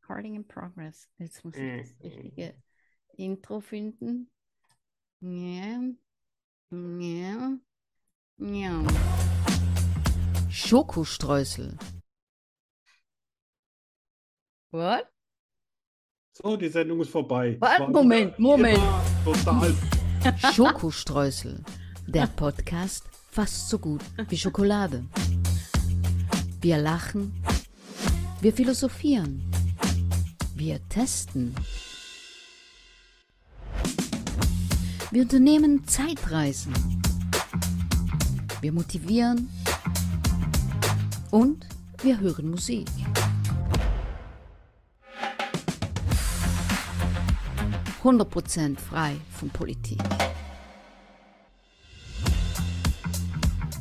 Recording in progress. Jetzt muss ich das Mhm. richtige Intro finden. Ja. Ja. Ja. Schokostreusel. What? So, die Sendung ist vorbei. Was? War Moment, Moment. Immer total. Schokostreusel. Der Podcast fast so gut wie Schokolade. Wir lachen. Wir philosophieren. Wir testen. Wir unternehmen Zeitreisen. Wir motivieren. Und wir hören Musik. Hundert Prozent frei von Politik.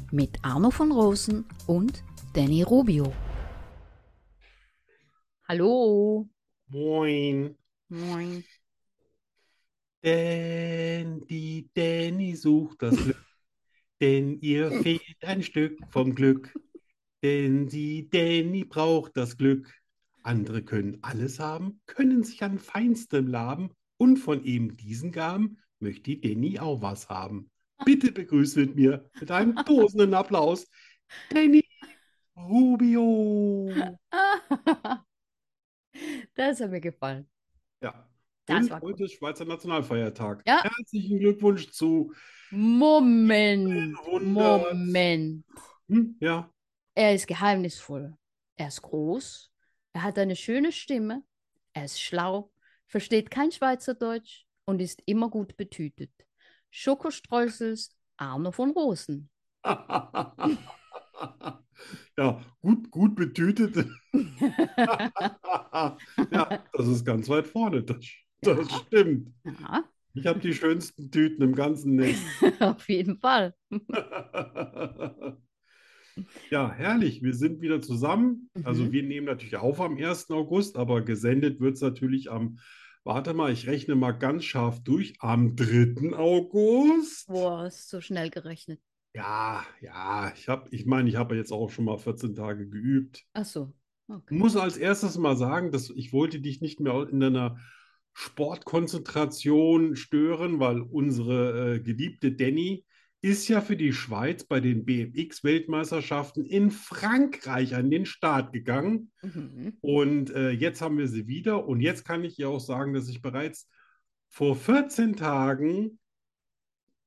mit Arno von Rosen und Danny Rubio. Hallo. Moin. Moin. Denn die Danny sucht das Glück. Denn ihr fehlt ein Stück vom Glück. Denn die Danny braucht das Glück. Andere können alles haben, können sich an Feinstem laben. Und von eben diesen Gaben möchte die Danny auch was haben. Bitte begrüßt mit mir mit einem tosenden Applaus Danny Rubio. Das hat mir gefallen. Ja. Das Und war gut. heute ist Schweizer Nationalfeiertag. Ja. Herzlichen Glückwunsch zu. Moment. 100. Moment. Hm, ja, Er ist geheimnisvoll. Er ist groß. Er hat eine schöne Stimme. Er ist schlau, versteht kein Schweizerdeutsch und ist immer gut betütet. Schokostreusels Arno von Rosen. ja, gut, gut betütet. ja, das ist ganz weit vorne. Das, das stimmt. Ja, Ich habe die schönsten Tüten im ganzen Netz. auf jeden Fall. Ja, herrlich. Wir sind wieder zusammen. Also Mhm. wir nehmen natürlich auf am 1. August, aber gesendet wird es natürlich am, warte mal, ich rechne mal ganz scharf durch, am 3. August. Boah, ist so schnell gerechnet. Ja, ja, ich habe, ich meine, ich habe jetzt auch schon mal 14 Tage geübt. Ach so. Okay. Ich muss als erstes mal sagen, dass ich wollte dich nicht mehr in deiner Sportkonzentration stören, weil unsere äh, geliebte Danny ist ja für die Schweiz bei den BMX-Weltmeisterschaften in Frankreich an den Start gegangen. Mhm. Und äh, jetzt haben wir sie wieder. Und jetzt kann ich ihr auch sagen, dass ich bereits vor 14 Tagen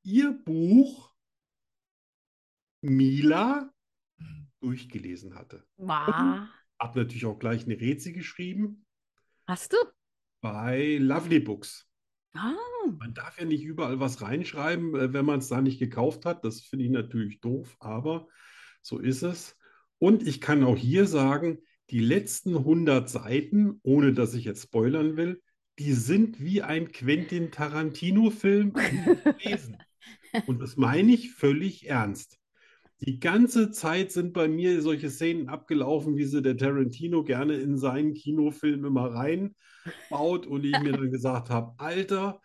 ihr Buch Mila durchgelesen hatte. Wow. Hab natürlich auch gleich eine Rezi geschrieben Hast du? bei Lovely Books. Ah, Man darf ja nicht überall was reinschreiben, äh, wenn man es da nicht gekauft hat. Das finde ich natürlich doof, aber so ist es. Und ich kann auch hier sagen, die letzten 100 Seiten, ohne dass ich jetzt spoilern will, die sind wie ein Quentin Tarantino-Film gelesen. Und das meine ich völlig ernst. Die ganze Zeit sind bei mir solche Szenen abgelaufen, wie sie der Tarantino gerne in seinen Kinofilm immer reinbaut und ich mir dann gesagt habe, Alter,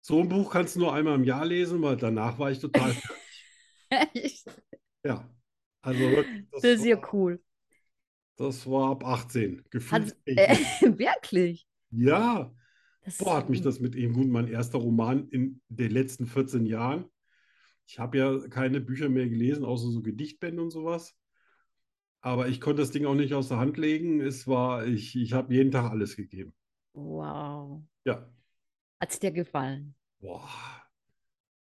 so ein Buch kannst du nur einmal im Jahr lesen, weil danach war ich total. das ja, also wirklich, das ist ja war, cool. das war ab 18, gefühlt. Äh, wirklich? Ja, Das boah, hat mich ist das mit ihm gut, mein erster Roman in den letzten 14 Jahren. Ich habe ja keine Bücher mehr gelesen, außer so Gedichtbände und sowas. Aber ich konnte das Ding auch nicht aus der Hand legen. Es war, ich, ich habe jeden Tag alles gegeben. Wow. Ja, Hat's dir gefallen? boah,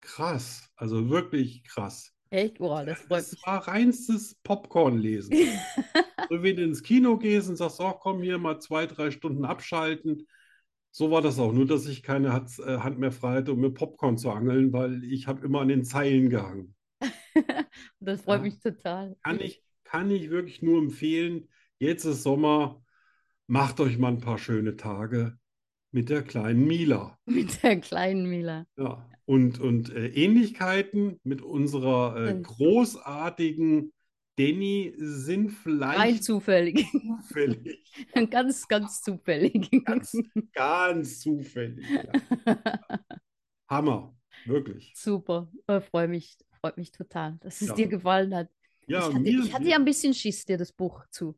krass, also wirklich krass. Echt? Boah, das freut Das mich. war reinstes Popcorn-Lesen. So wie du ins Kino gehst und sagst, oh, komm hier mal zwei, drei Stunden abschalten. So war das auch, nur dass ich keine Hatz- äh, Hand mehr frei hatte, um mir Popcorn zu angeln, weil ich habe immer an den Zeilen gehangen. Das freut Ja. mich total. Kann ich, kann ich wirklich nur empfehlen, jetzt ist Sommer, macht euch mal ein paar schöne Tage mit der kleinen Mila. Mit der kleinen Mila. Ja. Und, und äh, Ähnlichkeiten mit unserer äh, Stimmt. großartigen Danny sind Rein vielleicht zufällig. zufällig. Ganz, ganz zufällig. Ganz, ganz zufällig. Ja. Hammer, wirklich. Super. Äh, Freue mich, freut mich total, dass es Ja. dir gefallen hat. Ja, ich hatte, mir, ich hatte ja ein bisschen Schiss, dir das Buch zu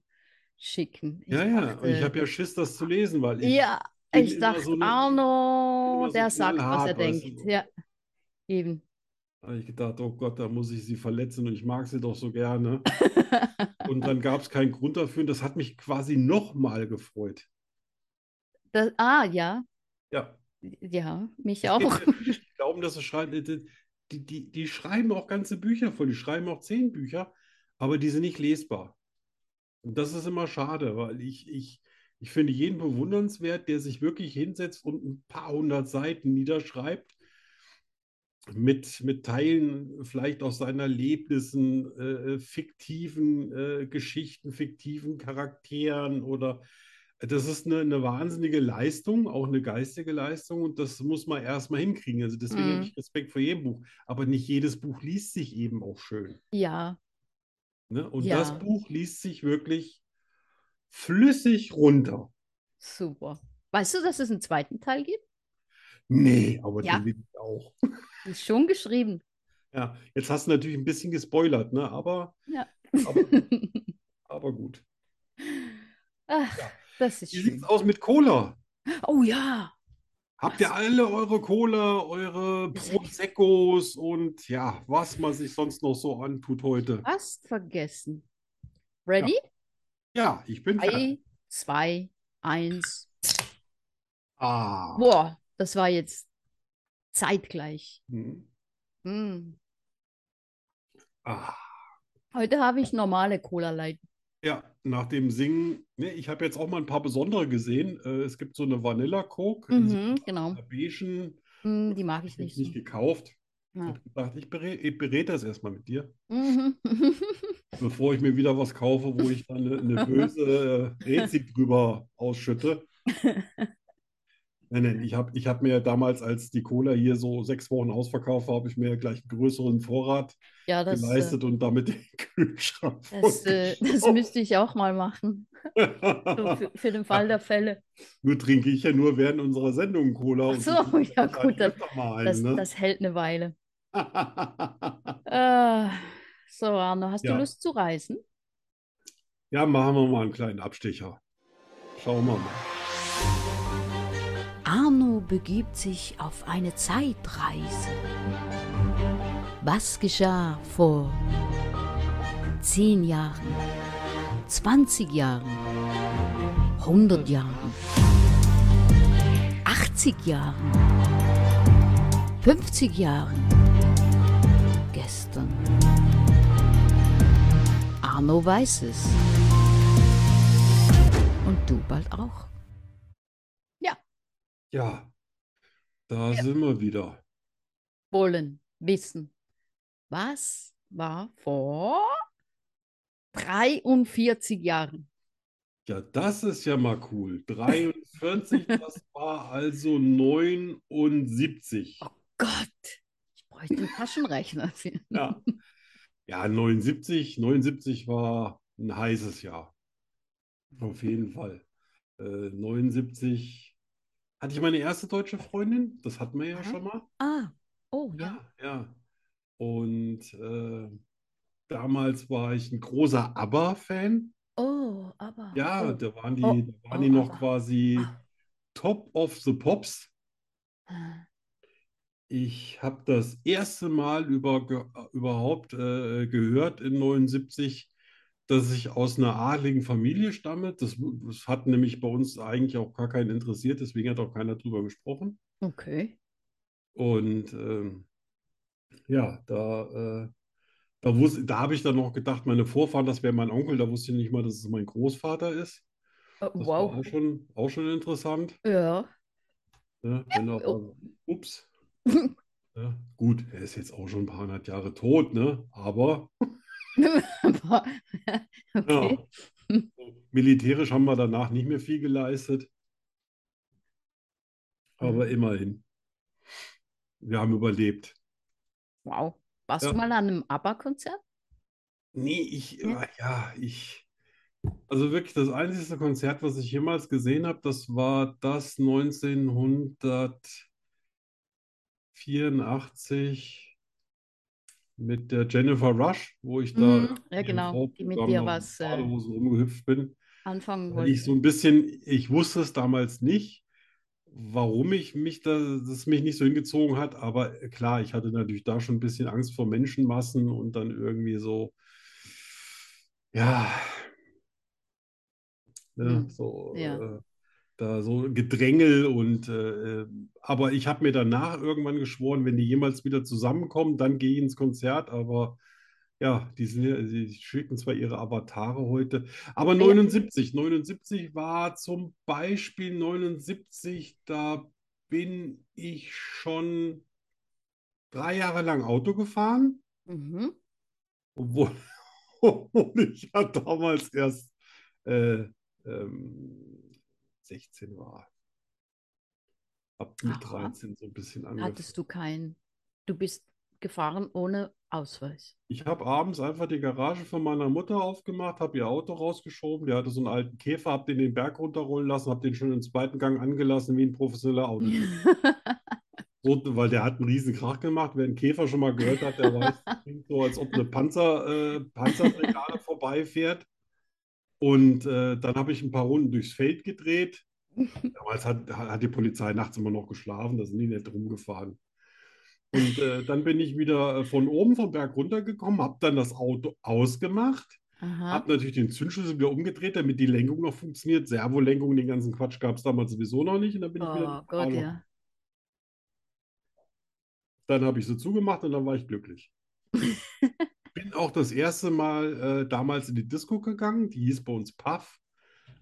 schicken. Ja, ja, und ich dachte- habe ja Schiss, das zu lesen, weil ich äh, Ja, bin ich immer dachte, so ne eine- Arno, immer so der sagt, was er knallhart, weißt denkt. du. Ja, eben. habe ich gedacht, oh Gott, da muss ich sie verletzen und ich mag sie doch so gerne. Und dann gab es keinen Grund dafür und das hat mich quasi nochmal gefreut. Das, ah, ja, Ja. ja, mich Es auch. geht ja nicht Glauben, dass sie schreiben, die, die- die, die schreiben auch ganze Bücher voll, die schreiben auch zehn Bücher, aber die sind nicht lesbar. Und das ist immer schade, weil ich, ich, ich finde jeden bewundernswert, der sich wirklich hinsetzt und ein paar hundert Seiten niederschreibt, mit, mit Teilen vielleicht aus seinen Erlebnissen, äh, fiktiven äh, Geschichten, fiktiven Charakteren oder das ist eine, eine wahnsinnige Leistung, auch eine geistige Leistung und das muss man erstmal hinkriegen. Also deswegen Mhm. habe ich Respekt vor jedem Buch, aber nicht jedes Buch liest sich eben auch schön. Ja, Ne? Und Ja. das Buch liest sich wirklich flüssig runter. super. Weißt du, dass es einen zweiten Teil gibt? Nee, aber Ja. den will ich auch. Ist schon geschrieben. Ja, jetzt hast du natürlich ein bisschen gespoilert, ne? Aber, Ja. aber, aber gut. Ach, Ja. das ist Wie sieht's schön. aus mit Cola? Oh ja, Habt ihr alle eure Cola, eure Das hätte ich- Proseccos und ja, was man sich sonst noch so antut heute? fast vergessen. Ready? Ja, ich bin Drei, fertig. zwei, eins. Ah. Boah, das war jetzt zeitgleich. Hm. Hm. Ah. Heute habe ich normale Cola Light. Ja, nach dem Singen, ne, ich habe jetzt auch mal ein paar besondere gesehen. Äh, es gibt so eine Vanilla Coke in so Mhm, genau. einer beigen, Hm, die mag ich ich nicht nicht so. gekauft. Ja. Ich dachte, ich berät, ich berät das erstmal mit dir, Mhm. bevor ich mir wieder was kaufe, wo ich dann eine, eine böse äh, Rezi drüber ausschütte. Nein, nein, ich habe ich hab mir damals, als die Cola hier so sechs Wochen ausverkauft war, habe ich mir gleich einen größeren Vorrat Ja, das, äh, geleistet und damit den Kühlschrank das, äh, das vollgeschaufelt. müsste ich auch mal machen. So für, für den Fall der Fälle. Nur trinke ich ja nur während unserer Sendung Cola. Ach und so, du ja trinkst wahrscheinlich gut, dann- öfter mal Das, einen, ne? das hält eine Weile. Äh, so, Arno, hast du Ja. Lust zu reisen? Ja, machen wir mal einen kleinen Abstecher. Schauen wir mal. Arno begibt sich auf eine Zeitreise. Was geschah vor 10 Jahren, 20 Jahren, 100 Jahren, 80 Jahren, 50 Jahren, gestern? Arno weiß es. Und du bald auch. Ja, da sind wir wieder. Wollen, wissen. Was war vor 43 Jahren? Ja, das ist ja mal cool. 43, das war also 79. Oh Gott, ich bräuchte einen Taschenrechner. für- Ja, ja 79, 79 war ein heißes Jahr. Auf jeden Fall. Äh, 79 hatte ich meine erste deutsche Freundin, das hatten wir ja Aha. schon mal. Ah, oh ja. Ja, ja. Und äh, damals war ich ein großer ABBA-Fan. Oh, aber. Ja, oh. da waren die, Oh, da waren oh, die noch ABBA. quasi Ah. Top of the Pops. Ich habe das erste Mal über, ge- überhaupt äh, gehört in 79, dass ich aus einer adligen Familie stamme. Das, das hat nämlich bei uns eigentlich auch gar keinen interessiert, deswegen hat auch keiner drüber gesprochen. Okay. Und ähm, ja, da, äh, da, wus- da habe ich dann noch gedacht, meine Vorfahren, das wäre mein Onkel, da wusste ich nicht mal, dass es mein Großvater ist. Oh, Das war wow. auch schon, auch schon interessant. Ja. Ne? Wenn du oh. aber, ups. Ja, gut, er ist jetzt auch schon ein paar hundert Jahre tot, ne? Aber Aber- okay. ja, militärisch haben wir danach nicht mehr viel geleistet. Aber Mhm. immerhin. Wir haben überlebt. Wow. Warst Ja. du mal an einem ABBA-Konzert? Nee, ich, Ja. äh, ja, ich, also wirklich das einzige Konzert, was ich jemals gesehen habe, das war das 1984 mit der Jennifer Rush, wo ich da Mhm, Ja, mit dem genau. Die mit Frauenprogramm dir auf was. den Äh, Badehosen rumgehüpft bin. anfangen Weil wollte. ich so ein bisschen, ich wusste es damals nicht, warum ich mich da, das mich nicht so hingezogen hat, aber klar, ich hatte natürlich da schon ein bisschen Angst vor Menschenmassen und dann irgendwie so, ja, ne, Hm, so, ja. äh, da so Gedrängel und, äh, aber ich habe mir danach irgendwann geschworen, wenn die jemals wieder zusammenkommen, dann gehe ich ins Konzert, aber ja, die sind ja, die schicken zwar ihre Avatare heute, aber Ah ja. 79, 79 war zum Beispiel 79, da bin ich schon drei Jahre lang Auto gefahren, Mhm. obwohl, obwohl ich ja damals erst äh, ähm, 16 war. Hab mit Aha. 13 so ein bisschen Hattest angefangen. du keinen? Du bist gefahren ohne Ausweis. Ich habe abends einfach die Garage von meiner Mutter aufgemacht, habe ihr Auto rausgeschoben. Der hatte so einen alten Käfer, habe den den Berg runterrollen lassen, habe den schon im zweiten Gang angelassen wie ein professioneller Autotüter. So, weil der hat einen riesen Krach gemacht. Wer einen Käfer schon mal gehört hat, der weiß, das klingt so, als ob eine Panzer, äh, Panzerbrigade vorbeifährt. Und äh, dann habe ich ein paar Runden durchs Feld gedreht. Damals hat, hat die Polizei nachts immer noch geschlafen, da sind die nicht rumgefahren. Und äh, dann bin ich wieder äh, von oben vom Berg runtergekommen, habe dann das Auto ausgemacht, Aha. habe natürlich den Zündschlüssel wieder umgedreht, damit die Lenkung noch funktioniert. Servolenkung, den ganzen Quatsch gab es damals sowieso noch nicht. Und dann bin ich wieder in die Oh Gott, Garage. ja. Dann habe ich sie zugemacht und dann war ich glücklich. Bin auch das erste Mal äh, damals in die Disco gegangen, die hieß bei uns Puff,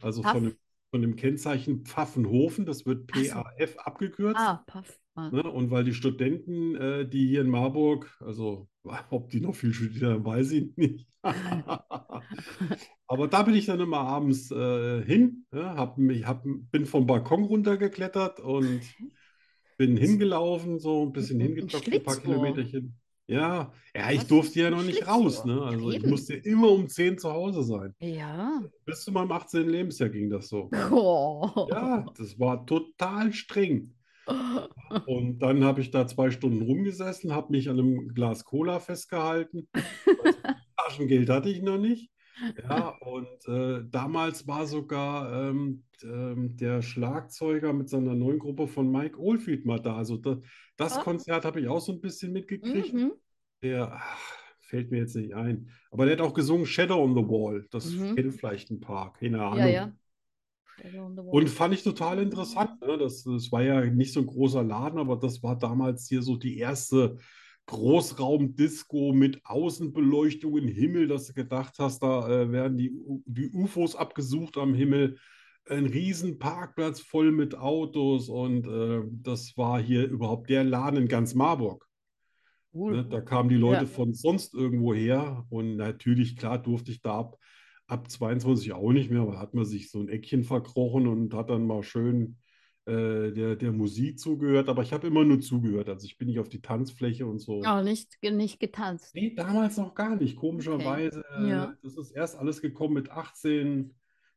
also von Puff. dem, von dem Kennzeichen Pfaffenhofen, das wird Ach so. PAF abgekürzt. Ah, Puff. Ah. Ne? Und weil die Studenten, äh, die hier in Marburg, also ob die noch viel studieren, weiß ich nicht. Aber da bin ich dann immer abends äh, hin, ne? Hab mich, hab, bin vom Balkon runtergeklettert und bin hingelaufen, so ein bisschen Ein ein hingejoggt, ein paar Schlitzohr. Kilometerchen. Ja, ja, Mhm, Was ich für durfte ja ein noch nicht raus, Schlitzohr? ne? Ja, Also ich eben. musste immer um 10 zu Hause sein. Ja. Bis zu meinem 18. Lebensjahr ging das so. Oh. Ja, das war total streng. Und dann habe ich da zwei Stunden rumgesessen, habe mich an einem Glas Cola festgehalten. Also Taschengeld hatte ich noch nicht. Ja, und äh, damals war sogar ähm, ähm, der Schlagzeuger mit seiner neuen Gruppe von Mike Oldfield mal da. Also da, das Ah, Konzert habe ich auch so ein bisschen mitgekriegt. Mhm. Der ach, fällt mir jetzt nicht ein. Aber der hat auch gesungen Shadow on the Wall. Das Mhm. kennen vielleicht ein paar, keine Ja, Ahnung. ja. Shadow on the Und Wall. fand ich total interessant. Ne? Das, das war ja nicht so ein großer Laden, aber das war damals hier so die erste Großraumdisco mit Außenbeleuchtung im Himmel, dass du gedacht hast, da äh, werden die, U- die UFOs abgesucht am Himmel. Ein riesen Parkplatz voll mit Autos und äh, das war hier überhaupt der Laden in ganz Marburg. Cool. Ne? Da kamen die Leute Ja. von sonst irgendwo her und natürlich, klar, durfte ich da ab, ab 22 auch nicht mehr, weil hat man sich so ein Eckchen verkrochen und hat dann mal schön äh, der, der Musik zugehört. Aber ich habe immer nur zugehört, also ich bin nicht auf die Tanzfläche und so. Oh, nicht, ge- nicht getanzt. Nee, damals noch gar nicht. Okay. Komischerweise, äh, Ja. das ist erst alles gekommen mit 18.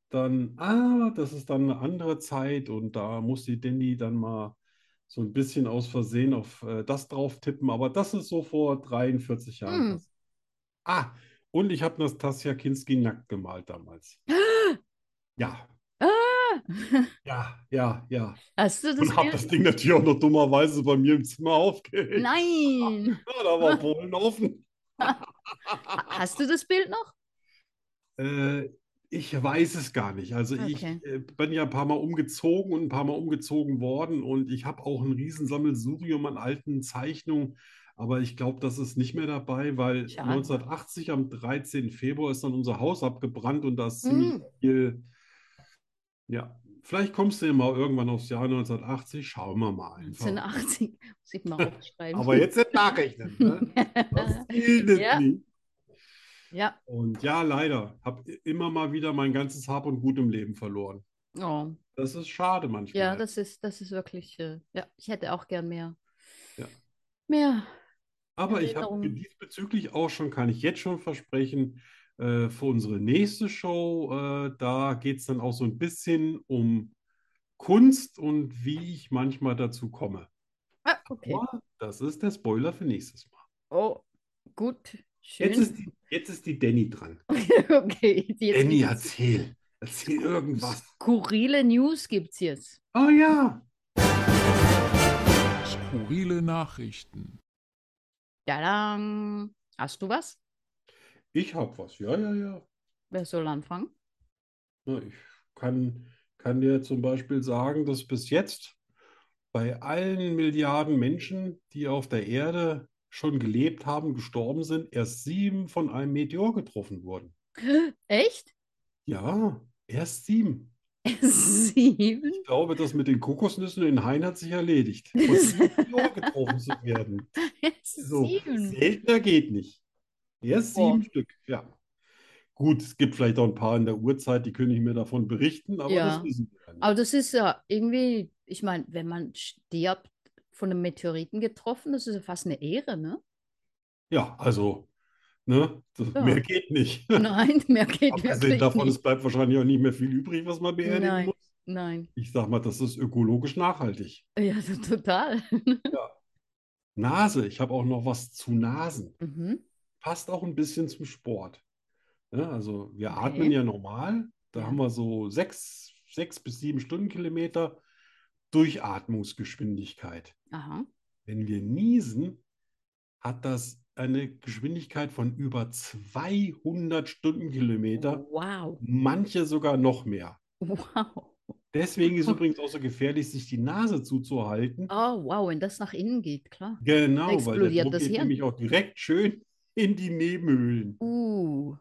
Dann, ah, das ist dann eine andere Zeit und da muss die Dindi dann mal so ein bisschen aus Versehen auf äh, das drauf tippen. Aber das ist so vor 43 Jahren Hm. passiert. Ah, und ich habe Nastassja Kinski nackt gemalt damals. Ja, Ah! ja, ja, ja. Hast du das Und habe Bild? das Ding natürlich auch noch dummerweise bei mir im Zimmer aufgehängt. Nein! Ja, da war Polen offen. Ha- Hast du das Bild noch? Äh, ich weiß es gar nicht. Also ich Ah, Okay. äh, bin ja ein paar Mal umgezogen und ein paar Mal umgezogen worden und ich habe auch ein riesen Sammelsurium an alten Zeichnungen, aber ich glaube, das ist nicht mehr dabei, weil Schade. 1980 am 13. Februar ist dann unser Haus abgebrannt und da ist ziemlich Hm. viel, ja, vielleicht kommst du ja mal irgendwann aufs Jahr 1980, schauen wir mal einfach. 1980. Muss ich mal Aber aufschreiben. jetzt nicht nachrechnen, ne? Das gilt Ja, nicht. ja. Und ja, leider, habe immer mal wieder mein ganzes Hab und Gut im Leben verloren. Oh. Das ist schade Ja, manchmal. das ist, das ist wirklich, äh, ja, ich hätte auch gern mehr, Ja. mehr Aber ich habe Erinnerungen. diesbezüglich auch schon, kann ich jetzt schon versprechen, äh, für unsere nächste Show, äh, da geht es dann auch so ein bisschen um Kunst und wie ich manchmal dazu komme. Ah, okay. Aber das ist der Spoiler für nächstes Mal. Oh, gut, Jetzt schön. ist die, jetzt ist die Danny dran. Okay, jetzt Danny, geht's. erzähl. Erzähl irgendwas. Skurrile News gibt's jetzt. Oh ja. Skurrile Nachrichten. Tadam. Hast du was? Ich hab was. Ja, ja, ja. Wer soll anfangen? Na, Ne, ich kann, kann dir zum Beispiel sagen, dass bis jetzt bei allen Milliarden Menschen, die auf der Erde schon gelebt haben, gestorben sind, erst sieben von einem Meteor getroffen wurden. Echt? Ja, erst sieben. Sieben? Ich glaube, das mit den Kokosnüssen in Hain hat sich erledigt. Von einem Meteor getroffen zu werden. So, Sieben. seltener geht nicht. Erst Boah. sieben Stück, ja. Gut, es gibt vielleicht auch ein paar in der Uhrzeit, die können ich mir davon berichten, aber Ja. das wissen wir ja nicht. Aber das ist ja irgendwie, ich meine, wenn man stirbt, von einem Meteoriten getroffen, das ist ja fast eine Ehre, ne? Ja, also, ne, das, Ja. mehr geht nicht. Nein, mehr geht Abgesehen wirklich davon, nicht. es bleibt wahrscheinlich auch nicht mehr viel übrig, was man beerdigen Nein. muss. Nein. Ich sag mal, das ist ökologisch nachhaltig. Ja, so total. Nase, ich habe auch noch was zu Nasen. Mhm. Passt auch ein bisschen zum Sport. Ne, also wir Okay. atmen ja normal, da Ja. haben wir so sechs, sechs bis sieben Stundenkilometer Durchatmungsgeschwindigkeit. Aha. Wenn wir niesen, hat das eine Geschwindigkeit von über 200 Oh. Stundenkilometer, Wow. manche sogar noch mehr. Wow. Deswegen ist übrigens auch so gefährlich, sich die Nase zuzuhalten. Oh, wow, wenn das nach innen geht, klar. Genau, weil der explodiert Druck das geht Hirn. nämlich auch direkt schön in die Nebenhöhlen. Uh,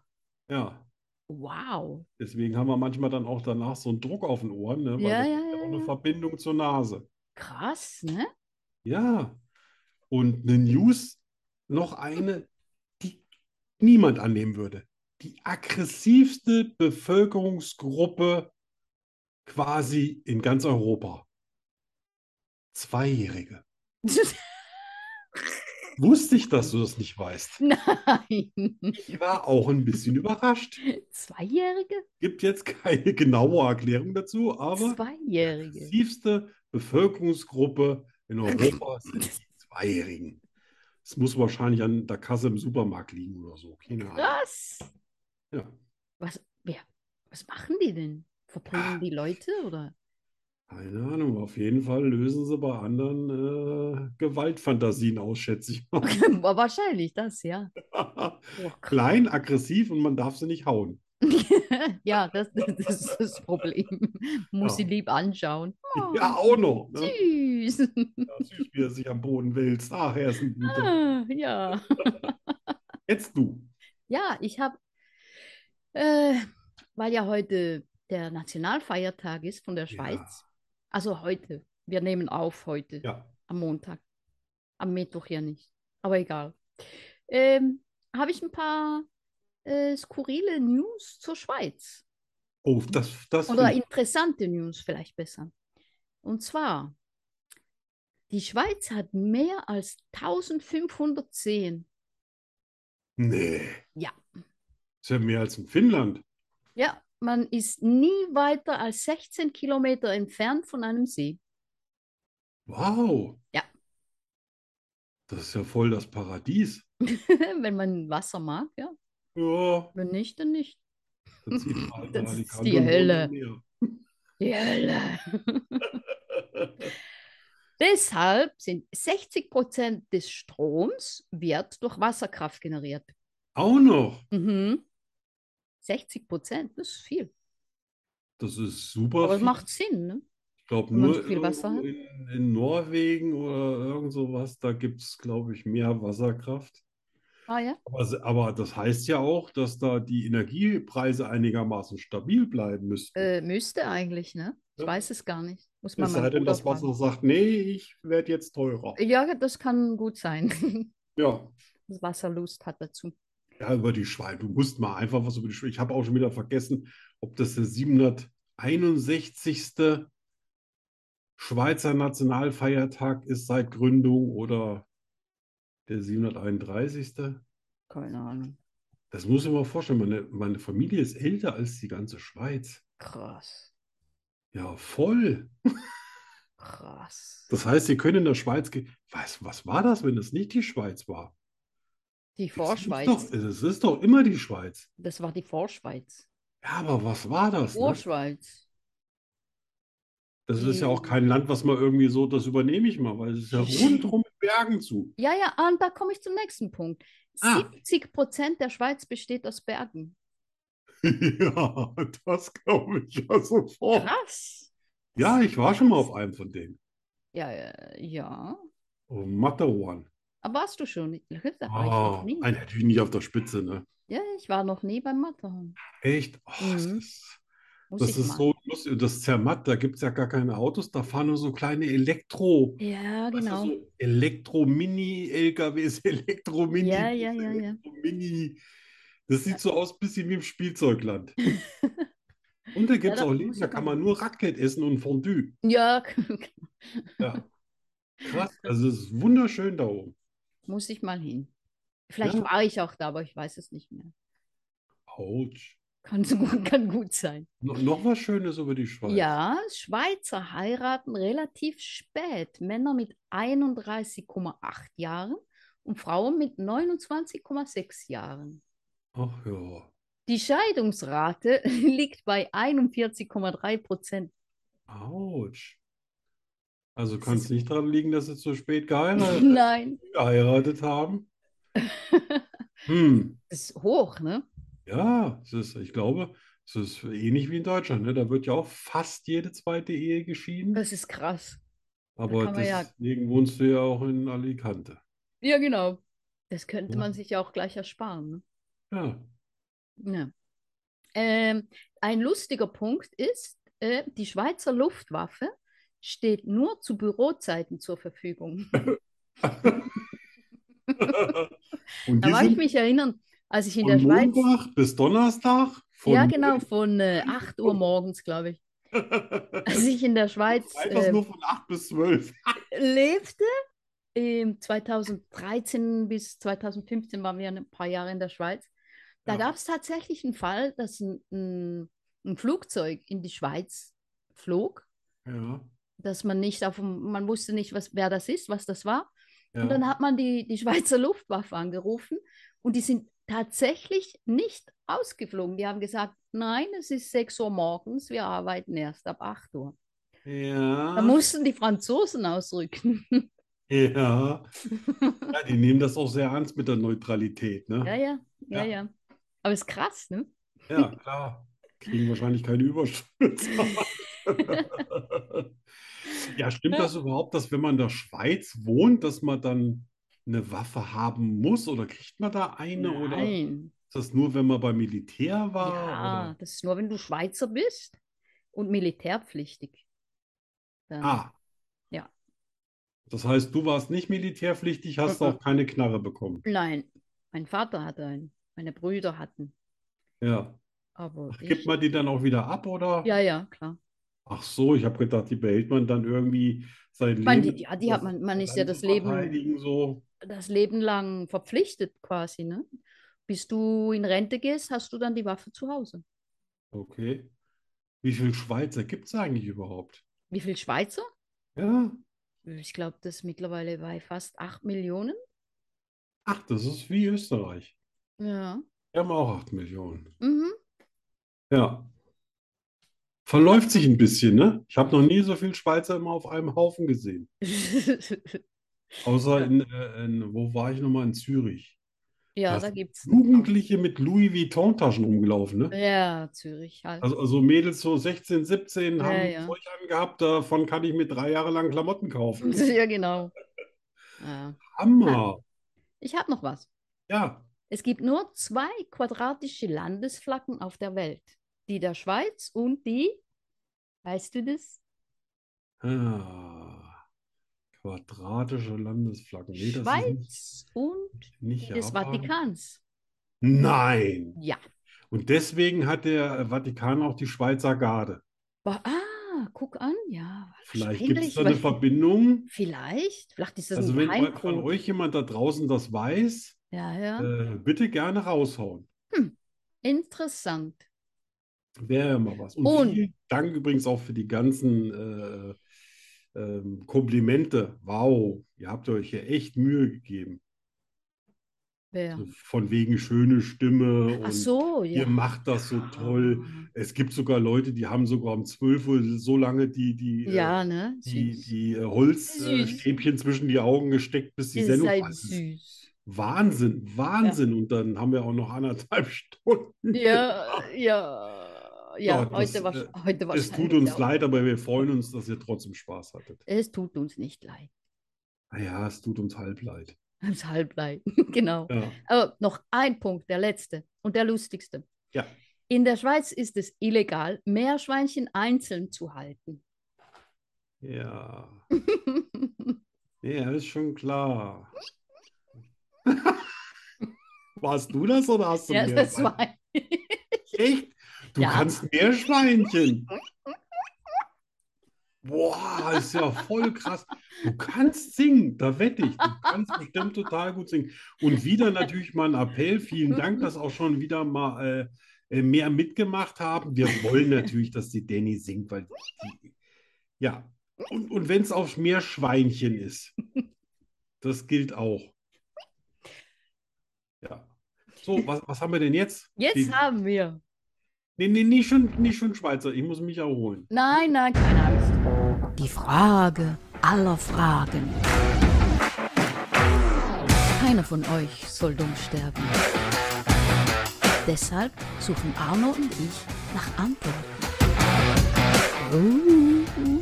Ja, wow. deswegen haben wir manchmal dann auch danach so einen Druck auf den Ohren, ne? Weil Ja, das ja, ist ja, auch eine ja. Verbindung zur Nase. Krass, ne? Ja, und eine News, noch eine, die niemand annehmen würde. Die aggressivste Bevölkerungsgruppe quasi in ganz Europa. Zweijährige. Wusste ich, dass du das nicht weißt. Nein. Ich war auch ein bisschen überrascht. Zweijährige? Gibt jetzt keine genaue Erklärung dazu, aber die Zweijährige. aggressivste Bevölkerungsgruppe in Europa sind die Zweijährigen. Es muss wahrscheinlich an der Kasse im Supermarkt liegen oder so. Keine Ahnung. Krass. Ja. Was, wer, was machen die denn? Verprügeln die Leute oder? Keine Ahnung. Auf jeden Fall lösen sie bei anderen äh, Gewaltfantasien aus, schätze ich mal. Wa- Wahrscheinlich das, ja. Oh, krass. Klein, aggressiv und man darf sie nicht hauen. ja, das, das ist das Problem. Muss sie Ja. lieb anschauen. Oh, Ja, auch noch. Ne? süß. Ja, süß, wie er sich am Boden wälzt. Ach, er ist ein guter. Ah, ja. Jetzt du. Ja, ich habe, äh, weil ja heute der Nationalfeiertag ist von der Ja. Schweiz. Also heute. Wir nehmen auf heute, Ja. am Montag. Am Mittwoch ja nicht. Aber egal. Ähm, habe ich ein paar äh, skurrile News zur Schweiz. Oh, das, das Oder finde interessante News vielleicht besser. Und zwar, die Schweiz hat mehr als 1500 Seen. ich. Nee. Ja. Ist ja mehr als in Finnland. Ja, man ist nie weiter als 16 Kilometer entfernt von einem See. Wow. Ja. Das ist ja voll das Paradies. Wenn man Wasser mag, ja. Ja, Wenn nicht, dann nicht. dann zieht man halt Das mal die ist Kante die und Hölle. runter Die Hölle. im Meer. Deshalb sind 60 Prozent des Stroms wird durch Wasserkraft generiert. Auch noch. Mhm. 60 Prozent, das ist viel. Das ist super Aber es viel. macht Sinn, ne? Ich glaube wenn man nur so viel Wasser irgendwo in, in Norwegen oder irgend sowas, da gibt es, glaube ich, mehr Wasserkraft. Ah ja. Aber, se- aber das heißt ja auch, dass da die Energiepreise einigermaßen stabil bleiben müssten. Äh, müsste eigentlich, ne? Ich Ja. weiß es gar nicht. Muss man Es meinen sei denn, Bruder das Wasser fragen. sagt, nee, ich werde jetzt teurer. Ja, das kann gut sein. Ja. Das Wasser Lust hat dazu. Ja, über die Schweiz. Du musst mal einfach was über die Schweiz. Ich habe auch schon wieder vergessen, ob das der 761. Schweizer Nationalfeiertag ist seit Gründung oder der 731. Keine Ahnung. Das muss ich mir mal vorstellen. Meine, meine Familie ist älter als die ganze Schweiz. Krass, Ja, voll. krass. Das heißt, sie können in der Schweiz gehen. Was, was war das, wenn es nicht die Schweiz war? Die Es ist Vorschweiz. doch, es ist doch immer die Schweiz. Das war die Vorschweiz. Ja, aber was war das? Ne? Urschweiz. Das ist ja auch kein Land, was man irgendwie so, das übernehme ich mal, weil es ist ja rundherum mit Bergen zu. Ja, ja, ah, und da komme ich zum nächsten Punkt. Ah. 70 Prozent der Schweiz besteht aus Bergen. Ja, das glaube ich ja sofort. Krass. Ja, ich war schon mal auf einem von denen. Ja, ja, ja. Auf dem Matterhorn. Aber warst du schon? Da war ich Ah, noch nie. ein- natürlich nicht auf der Spitze, ne? Ja, ich war noch nie beim Matterhorn. Echt? Oh, das Mhm. ist, Muss das ich ist mal. so lustig. Und Das ist ja matt, da gibt es ja gar keine Autos, da fahren nur so kleine Elektro, Ja, weißt du, genau. so Elektro-Mini-LKWs, Elektro-Mini, Ja, ja, ja, ja. Elektro-Mini. Das sieht so aus, bisschen wie im Spielzeugland. Und da gibt es da auch muss Läden, ich da mal- kann man nur Raclette essen und Fondue. Ja, Ja. Krass, also es ist wunderschön da oben. muss ich mal hin. Vielleicht Ja. war ich auch da, aber ich weiß es nicht mehr. Autsch. Kann, so gut, kann gut sein. No, noch was Schönes über die Schweiz. Ja, Schweizer heiraten relativ spät. Männer mit 31,8 Jahren und Frauen mit 29,6 Jahren. Ach ja. Die Scheidungsrate liegt bei 41,3 Prozent. Autsch. Also Das kann ist- es nicht daran liegen, dass sie zu spät geheiratet, Nein, geheiratet haben? Hm. das ist hoch, ne? Ja, es ist, ich glaube, es ist ähnlich wie in Deutschland. Ne? Da wird ja auch fast jede zweite Ehe geschieden. Das ist krass. Aber kann man ja- deswegen wohnst du ja auch in Alicante. Ja, genau. Das könnte Ja. man sich ja auch gleich ersparen, ne? Ja. Ja. Ähm, ein lustiger Punkt ist, äh, die Schweizer Luftwaffe steht nur zu Bürozeiten zur Verfügung. Und Da die mag ich sind mich erinnern, als ich in von der Schweiz, Montag bis Donnerstag ja von genau, von äh, 8 Uhr morgens, glaube ich, als ich in der Schweiz Freitags äh, nur von 8 bis 12. lebte, ähm, 2013 bis 2015 waren wir ein paar Jahre in der Schweiz. Da Ja. gab es tatsächlich einen Fall, dass ein, ein, ein Flugzeug in die Schweiz flog. Ja, dass man nicht auf dem, man wusste nicht, was, wer das ist, was das war. ja. Und dann hat man die, die Schweizer Luftwaffe angerufen und die sind tatsächlich nicht ausgeflogen. Die haben gesagt, nein, es ist 6 Uhr morgens, wir arbeiten erst ab 8 Uhr. Da Ja, mussten die Franzosen ausrücken. ja. Ja, die nehmen das auch sehr ernst mit der Neutralität, ne? ja, ja, ja, Ja. ja. Aber ist krass, ne? Ja, klar. Kriegen wahrscheinlich keine Überstunden. Ja, stimmt das überhaupt, dass wenn man in der Schweiz wohnt, dass man dann eine Waffe haben muss oder kriegt man da eine oder Oh, ist Nein. das nur, wenn man beim Militär war? Ja, das ist nur, wenn du Schweizer bist und militärpflichtig. Dann, Oder? Ah. Ja. Das heißt, du warst nicht militärpflichtig, hast Mhm. auch keine Knarre bekommen. Nein, mein Vater hatte einen, meine Brüder hatten. Ja. Aber Ach, ich, gibt man die dann auch wieder ab, oder? ja, ja, klar. Ach so, ich habe gedacht, die behält man dann irgendwie sein Ich meine, Leben, die, ja, die hat das man, man ist ja Land das zu Leben, verteidigen, so. das Leben lang verpflichtet quasi, ne? Bis du in Rente gehst, hast du dann die Waffe zu Hause. Okay. Wie viele Schweizer gibt es eigentlich überhaupt? Wie viel Schweizer? Ja. Ich glaube, das ist mittlerweile bei fast 8 Millionen. Ach, das ist wie Österreich. Ja. Wir haben auch 8 Millionen. Mhm. Ja. Verläuft sich ein bisschen, ne? Ich habe noch nie so viele Schweizer immer auf einem Haufen gesehen. Außer in, äh, in wo war ich nochmal? In Zürich. Ja, Das- da gibt's. Jugendliche mit Louis Vuitton-Taschen rumgelaufen, ne? Ja, Zürich halt. Also, also Mädels so 16, 17 Ja, haben ja. Zeug angehabt, davon kann ich mir drei Jahre lang Klamotten kaufen. Ja, genau. Ja. Hammer. Ich habe noch was. Ja. Es gibt nur zwei quadratische Landesflaggen auf der Welt. Die der Schweiz und die, weißt du das? Ah. Quadratische Landesflaggen. Nee, das ist Schweiz und nicht, die nicht des Japan. Vatikans. Nein. Ja. Und deswegen hat der Vatikan auch die Schweizer Garde. Wa- Ah, guck an, ja. Vielleicht gibt es wahrscheinlich, da eine weil- Verbindung. Vielleicht, vielleicht ist das Also ein wenn eu- von Geheimcode. euch jemand da draußen das weiß, Ja, ja. äh, bitte gerne raushauen. Interessant. Wäre ja mal was. Und Und- vielen Dank übrigens auch für die ganzen äh, ähm, Komplimente. Wow, ihr habt euch hier echt Mühe gegeben. Wer? Von wegen schöne Stimme Ach und so, ihr ja. macht das so toll. Es gibt sogar Leute, die haben sogar um 12 Uhr so lange die, die, äh, Ja, ne? die, Süß. die äh, Holzstäbchen Süß. zwischen die Augen gesteckt, bis die Ihr Sendung seid vorbei ist. süß. Wahnsinn, Wahnsinn. Und dann haben wir auch noch anderthalb Stunden. Ja, ja, ja, Ja, heute, das, wahrsch- äh, heute Es wahrscheinlich. tut uns auch. leid, aber wir freuen uns, dass ihr trotzdem Spaß hattet. Es tut uns nicht leid. Naja, es tut uns halb leid. Es ist halb leid. Genau. Ja. Aber noch ein Punkt, der letzte und der lustigste. Ja. In der Schweiz ist es illegal, Meerschweinchen einzeln zu halten. Ja. Ja, ist schon klar. Warst du das oder hast du ja, das Meerschweinchen? war Echt? Du Ja. kannst Meerschweinchen. Boah, ist ja voll krass. Du kannst singen, da wette ich. Du kannst bestimmt total gut singen. Und wieder natürlich mal ein Appell. Vielen Dank, dass auch schon wieder mal äh, äh, mehr mitgemacht haben. Wir wollen natürlich, dass die Danny singt, weil die, ja. Und, und wenn es auf Meerschweinchen ist, das gilt auch. Ja. So, was, was haben wir denn jetzt? Jetzt Die- haben wir. Nee, nee, nicht schon, nicht schon Schweizer. Ich muss mich erholen. Nein, nein, keine Angst. Die Frage aller Fragen. Keiner von euch soll dumm sterben. Deshalb suchen Arno und ich nach Antworten. Uh.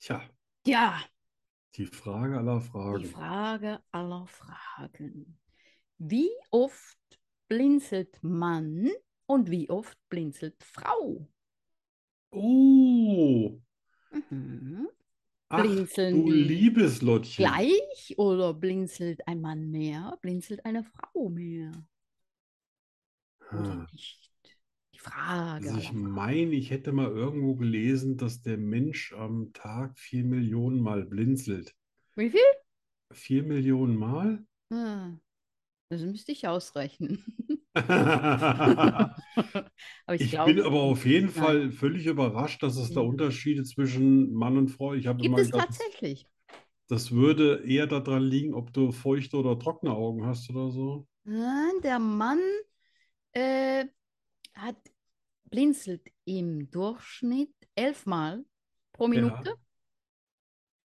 Tja, Ja, die Frage aller Fragen. die Frage aller Fragen. Wie oft blinzelt Mann und wie oft blinzelt Frau? Oh, Mhm. ach Blinzeln du die liebes Lottchen. Gleich oder blinzelt ein Mann mehr, blinzelt eine Frau mehr? Oder Ah, nicht? Die Frage. Also ich aller Fragen. meine, ich hätte mal irgendwo gelesen, dass der Mensch am Tag vier Millionen Mal blinzelt. Wie viel? Vier Millionen Mal? Ah, das müsste ich ausrechnen. Aber ich Ich glaube, bin aber auf jeden nein. Fall völlig überrascht, dass es da Mhm. Unterschiede zwischen Mann und Frau. Ich habe Gibt immer es gedacht, tatsächlich? das würde eher daran liegen, ob du feuchte oder trockene Augen hast oder so. Nein, der Mann äh, hat blinzelt im Durchschnitt elfmal pro Minute.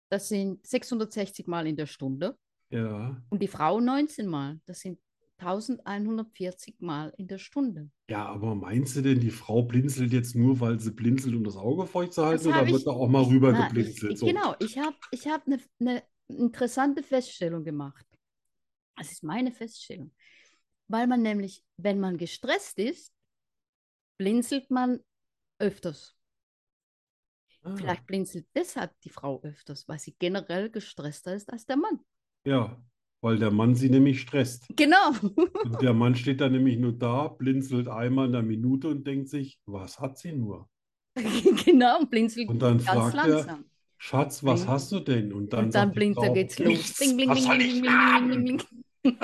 Das sind 660 Mal in der Stunde. Ja, Und die Frau 19 Mal. Das sind 1140 Mal in der Stunde. ja, aber meinst du denn, die Frau blinzelt jetzt nur, weil sie blinzelt, um das Auge feucht zu halten, hab oder wird ich- da auch mal rüber Na, geblinzelt? ich, So. ich, genau, ich habe ich hab eine ne interessante Feststellung gemacht. Das ist meine Feststellung. Weil man nämlich, wenn man gestresst ist, blinzelt man öfters. Ah, Vielleicht blinzelt deshalb die Frau öfters, weil sie generell gestresster ist als der Mann. ja, weil der Mann sie nämlich stresst. Genau. Und der Mann steht dann nämlich nur da, blinzelt einmal in der Minute und denkt sich, was hat sie nur? genau, und blinzelt Und dann ganz fragt er, langsam. Schatz, was Bling. hast du denn? Und dann Und dann sagt die blinkt, da Frau, geht's los. nichts, Bling, bling, was bling, soll bling, ich bling, sagen? bling, bling, bling.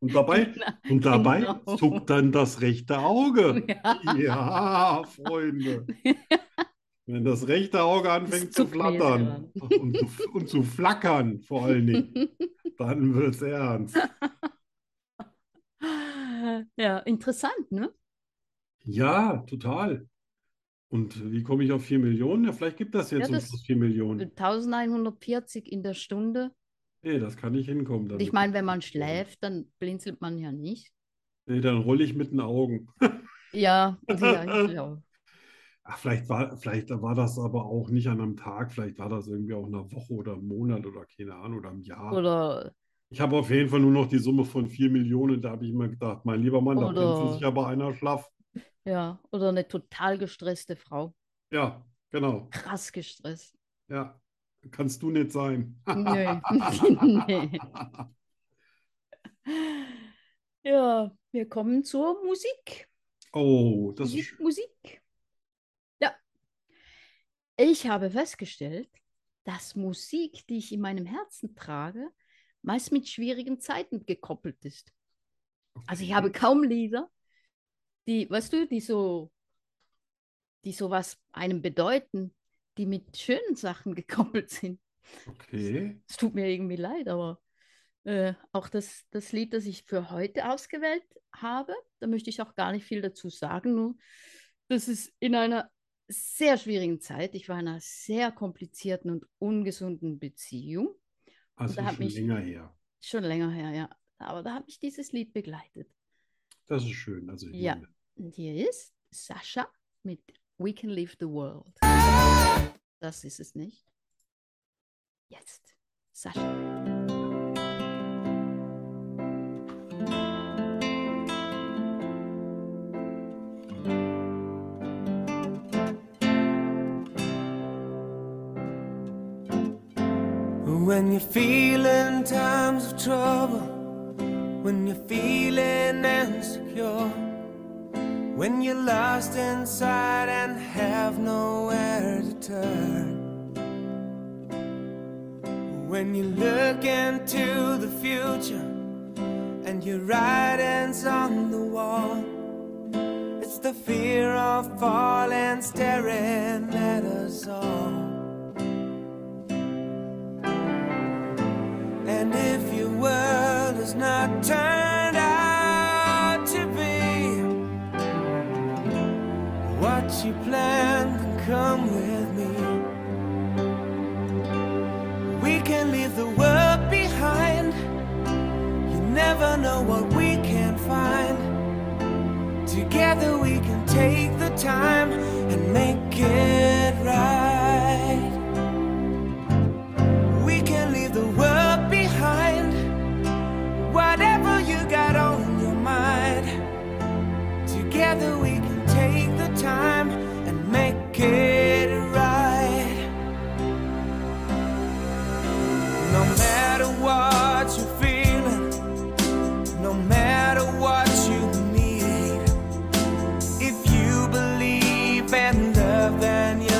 Und dabei, und dabei Genau. zuckt dann das rechte Auge. Ja. Ja, Freunde. Wenn das rechte Auge anfängt zu zuckt mir jetzt flattern und zu, und zu flackern, vor allen Dingen, dann wird es ernst. Ja, interessant, ne? Ja, total. Und wie komme ich auf 4 Millionen? Ja, vielleicht gibt das Ja, jetzt zum das- Schluss 4 Millionen. 1140 in der Stunde. Nee, das kann nicht hinkommen. Und ich meine, wenn man schläft, dann blinzelt man ja nicht. Nee, dann rolle ich mit den Augen. Ja, ja, ich glaub. Ach, vielleicht war, vielleicht war das aber auch nicht an einem Tag, vielleicht war das irgendwie auch in einer Woche oder einem Monat oder keine Ahnung oder einem Jahr. Oder Ich habe auf jeden Fall nur noch die Summe von 4 Millionen. Da habe ich immer gedacht, mein lieber Mann, da Oder- blinzelt sich aber einer schlaff. ja, oder eine total gestresste Frau. Ja, genau. Krass gestresst. Ja, kannst du nicht sein. Nö. Nee. Ja, wir kommen zur Musik. Oh, das ist Musik, schön. Musik. Ja. Ich habe festgestellt, dass Musik, die ich in meinem Herzen trage, meist mit schwierigen Zeiten gekoppelt ist. Also ich habe kaum Lieder, die, weißt du, die so, die sowas einem bedeuten, die mit schönen Sachen gekoppelt sind. Okay. Es tut mir irgendwie leid, aber äh, auch das, das Lied, das ich für heute ausgewählt habe, da möchte ich auch gar nicht viel dazu sagen, nur das ist in einer sehr schwierigen Zeit. Ich war in einer sehr komplizierten und ungesunden Beziehung, Also da hat schon mich- länger her. schon länger her, ja. Aber da hat mich dieses Lied begleitet. Das ist schön. Also hier. Ja. Und hier ist Sascha mit We Can Leave the World. Das ist es nicht. Jetzt, Sascha. When you're feeling times of trouble, when you're feeling insecure, when you're lost inside and have nowhere to turn, when you look into the future and your writing's on the wall, it's the fear of falling staring at us all. And if your world is not turned out to be what you planned, then come with me. We can leave the world behind. You never know what we can find. Together we can take the time and make it right. We can leave the world behind. Whatever you got on your mind. Together we can take the time and make it right. No matter what you're feeling, no matter what you need. If you believe in love, then you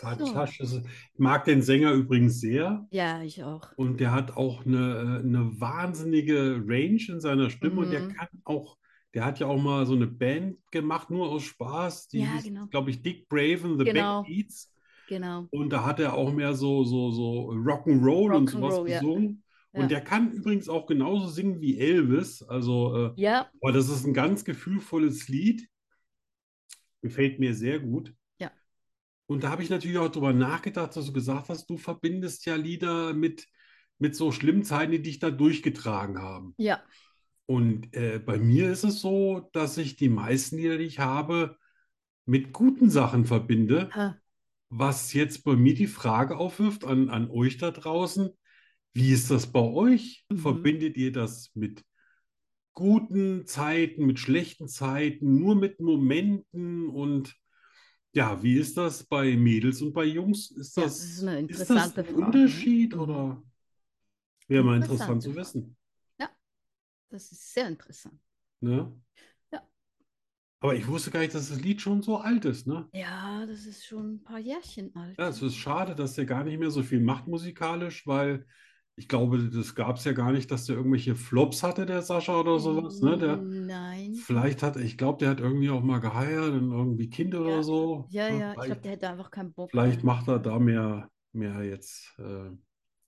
Batasch ist, ich mag den Sänger übrigens sehr. Ja, ich auch. Und der hat auch eine, äh, eine wahnsinnige Range in seiner Stimme und der Mhm. kann auch, der hat ja auch mal so eine Band gemacht, nur aus Spaß. Die Ja, hieß, genau. glaube ich, Dick Braven, The Genau. Backbeats. Genau. Und da hat er auch mehr so, so, so Rock'n'Roll und sowas Rock'n'Roll, ja. gesungen. Und Ja. der kann übrigens auch genauso singen wie Elvis. Also, äh, Ja, aber das ist ein ganz gefühlvolles Lied. Gefällt mir sehr gut. Ja. Und da habe ich natürlich auch drüber nachgedacht, dass du gesagt hast, du verbindest ja Lieder mit, mit so schlimmen Zeiten, die dich da durchgetragen haben. ja. Und äh, bei mir ist es so, dass ich die meisten Lieder, die ich habe, mit guten Sachen verbinde. Ha. Was jetzt bei mir die Frage aufwirft an, an euch da draußen, wie ist das bei euch? Mhm. Verbindet ihr das mit guten Zeiten, mit schlechten Zeiten, nur mit Momenten? Und ja, wie ist das bei Mädels und bei Jungs? Ist Ja, das, das ist eine ist das interessante ein Frage, ne? Unterschied oder wäre mal interessant Interessante zu Frage. wissen, Das ist sehr interessant. ne? Ja. Aber ich wusste gar nicht, dass das Lied schon so alt ist, ne? Ja, das ist schon ein paar Jährchen alt. Ja, es ist schade, dass der gar nicht mehr so viel macht musikalisch, weil ich glaube, das gab es ja gar nicht, dass der irgendwelche Flops hatte, der Sascha oder sowas. Ne? Mhm. Der, Mm, Nein. vielleicht hat, ich glaube, der hat irgendwie auch mal geheiratet und irgendwie Kinder oder Ja. so. Ja, Ne? ja, ich glaube, Vielleicht, der hätte einfach keinen Bock. vielleicht macht er da mehr, mehr jetzt äh,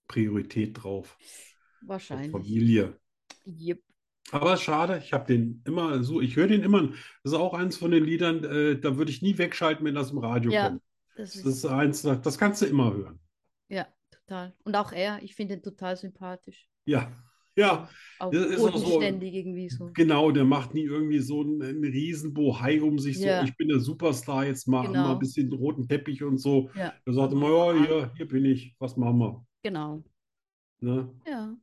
Priorität drauf, auf Wahrscheinlich. Familie. Yep. Aber schade, ich habe den immer so, ich höre den immer. Das ist auch eins von den Liedern, äh, da würde ich nie wegschalten, wenn das im Radio Ja, kommt. Das Das ist, ist eins, das kannst du immer hören. ja, total. Und auch er, ich finde ihn total sympathisch. Ja, ja. Auch Das ist auch so- bodenständig irgendwie so. Genau, der macht nie irgendwie so einen, einen riesen Bohai um sich, so, Ja. ich bin der Superstar, jetzt mal, Genau. mal ein bisschen roten Teppich und so. Ja, Ah. Er sagt immer, ja, hier, hier bin ich, was machen wir? genau. Ne? Ja.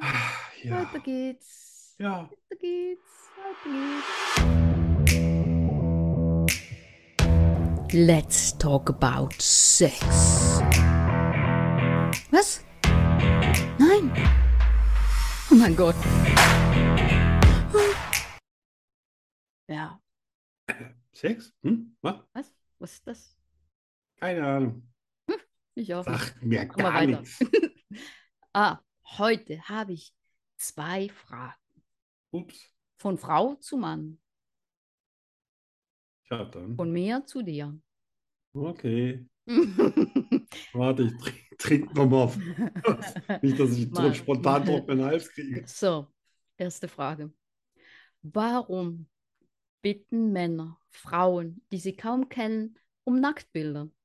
Ah, Ja, Weiter geht's. ja. Weiter geht's. Weiter geht's. Let's talk about sex. Was? Nein. Oh mein Gott. Ja, Sex? Hm? Was? was? Was ist das? Keine Ahnung. Ich auch nicht. Sagt mir Machen wir gar weiter. nichts. Ah, heute habe ich zwei Fragen. Ups. Von Frau zu Mann. Ja, dann. Von mir zu dir. Okay. Warte, ich tr- trink noch mal auf. Nicht, dass ich Mal- so spontan drauf meinen Hals kriege. So, erste Frage. Warum bitten Männer Frauen, die sie kaum kennen, um Nacktbilder?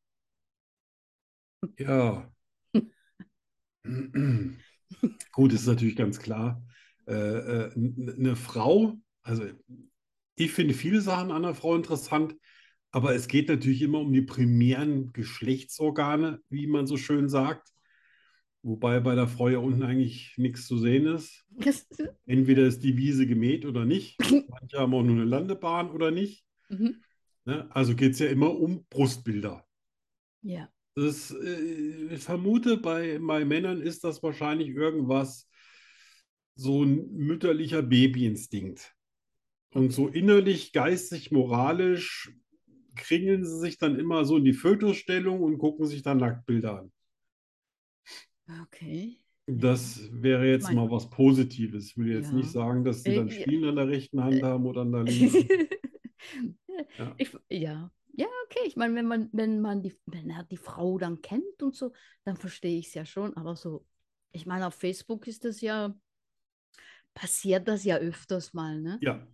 Ja. Gut, ist natürlich ganz klar. Eine äh, n- ne Frau, also ich finde viele Sachen an einer Frau interessant, aber es geht natürlich immer um die primären Geschlechtsorgane, wie man so schön sagt. Wobei bei der Frau ja unten eigentlich nichts zu sehen ist. Das- Entweder ist die Wiese gemäht oder nicht. Manche haben auch nur eine Landebahn oder nicht. Mhm. Ne? Also geht es ja immer um Brustbilder. Ja, Das, äh, ich vermute, bei, bei Männern ist das wahrscheinlich irgendwas, so ein mütterlicher Babyinstinkt. Und so innerlich, geistig, moralisch kringeln sie sich dann immer so in die Fötusstellung und gucken sich dann Nacktbilder an. okay. Das wäre jetzt Mein- mal was Positives. Ich will jetzt Ja. nicht sagen, dass sie Äh, dann ja. Äh, Spielen an der rechten Hand haben oder an der linken. Ja. ja. Ich, ja. Ja, okay. Ich meine, wenn man, wenn man die, wenn er die Frau dann kennt und so, dann verstehe ich es ja schon. Aber so, ich meine, auf Facebook ist das ja, passiert das ja öfters mal, ne? Ja.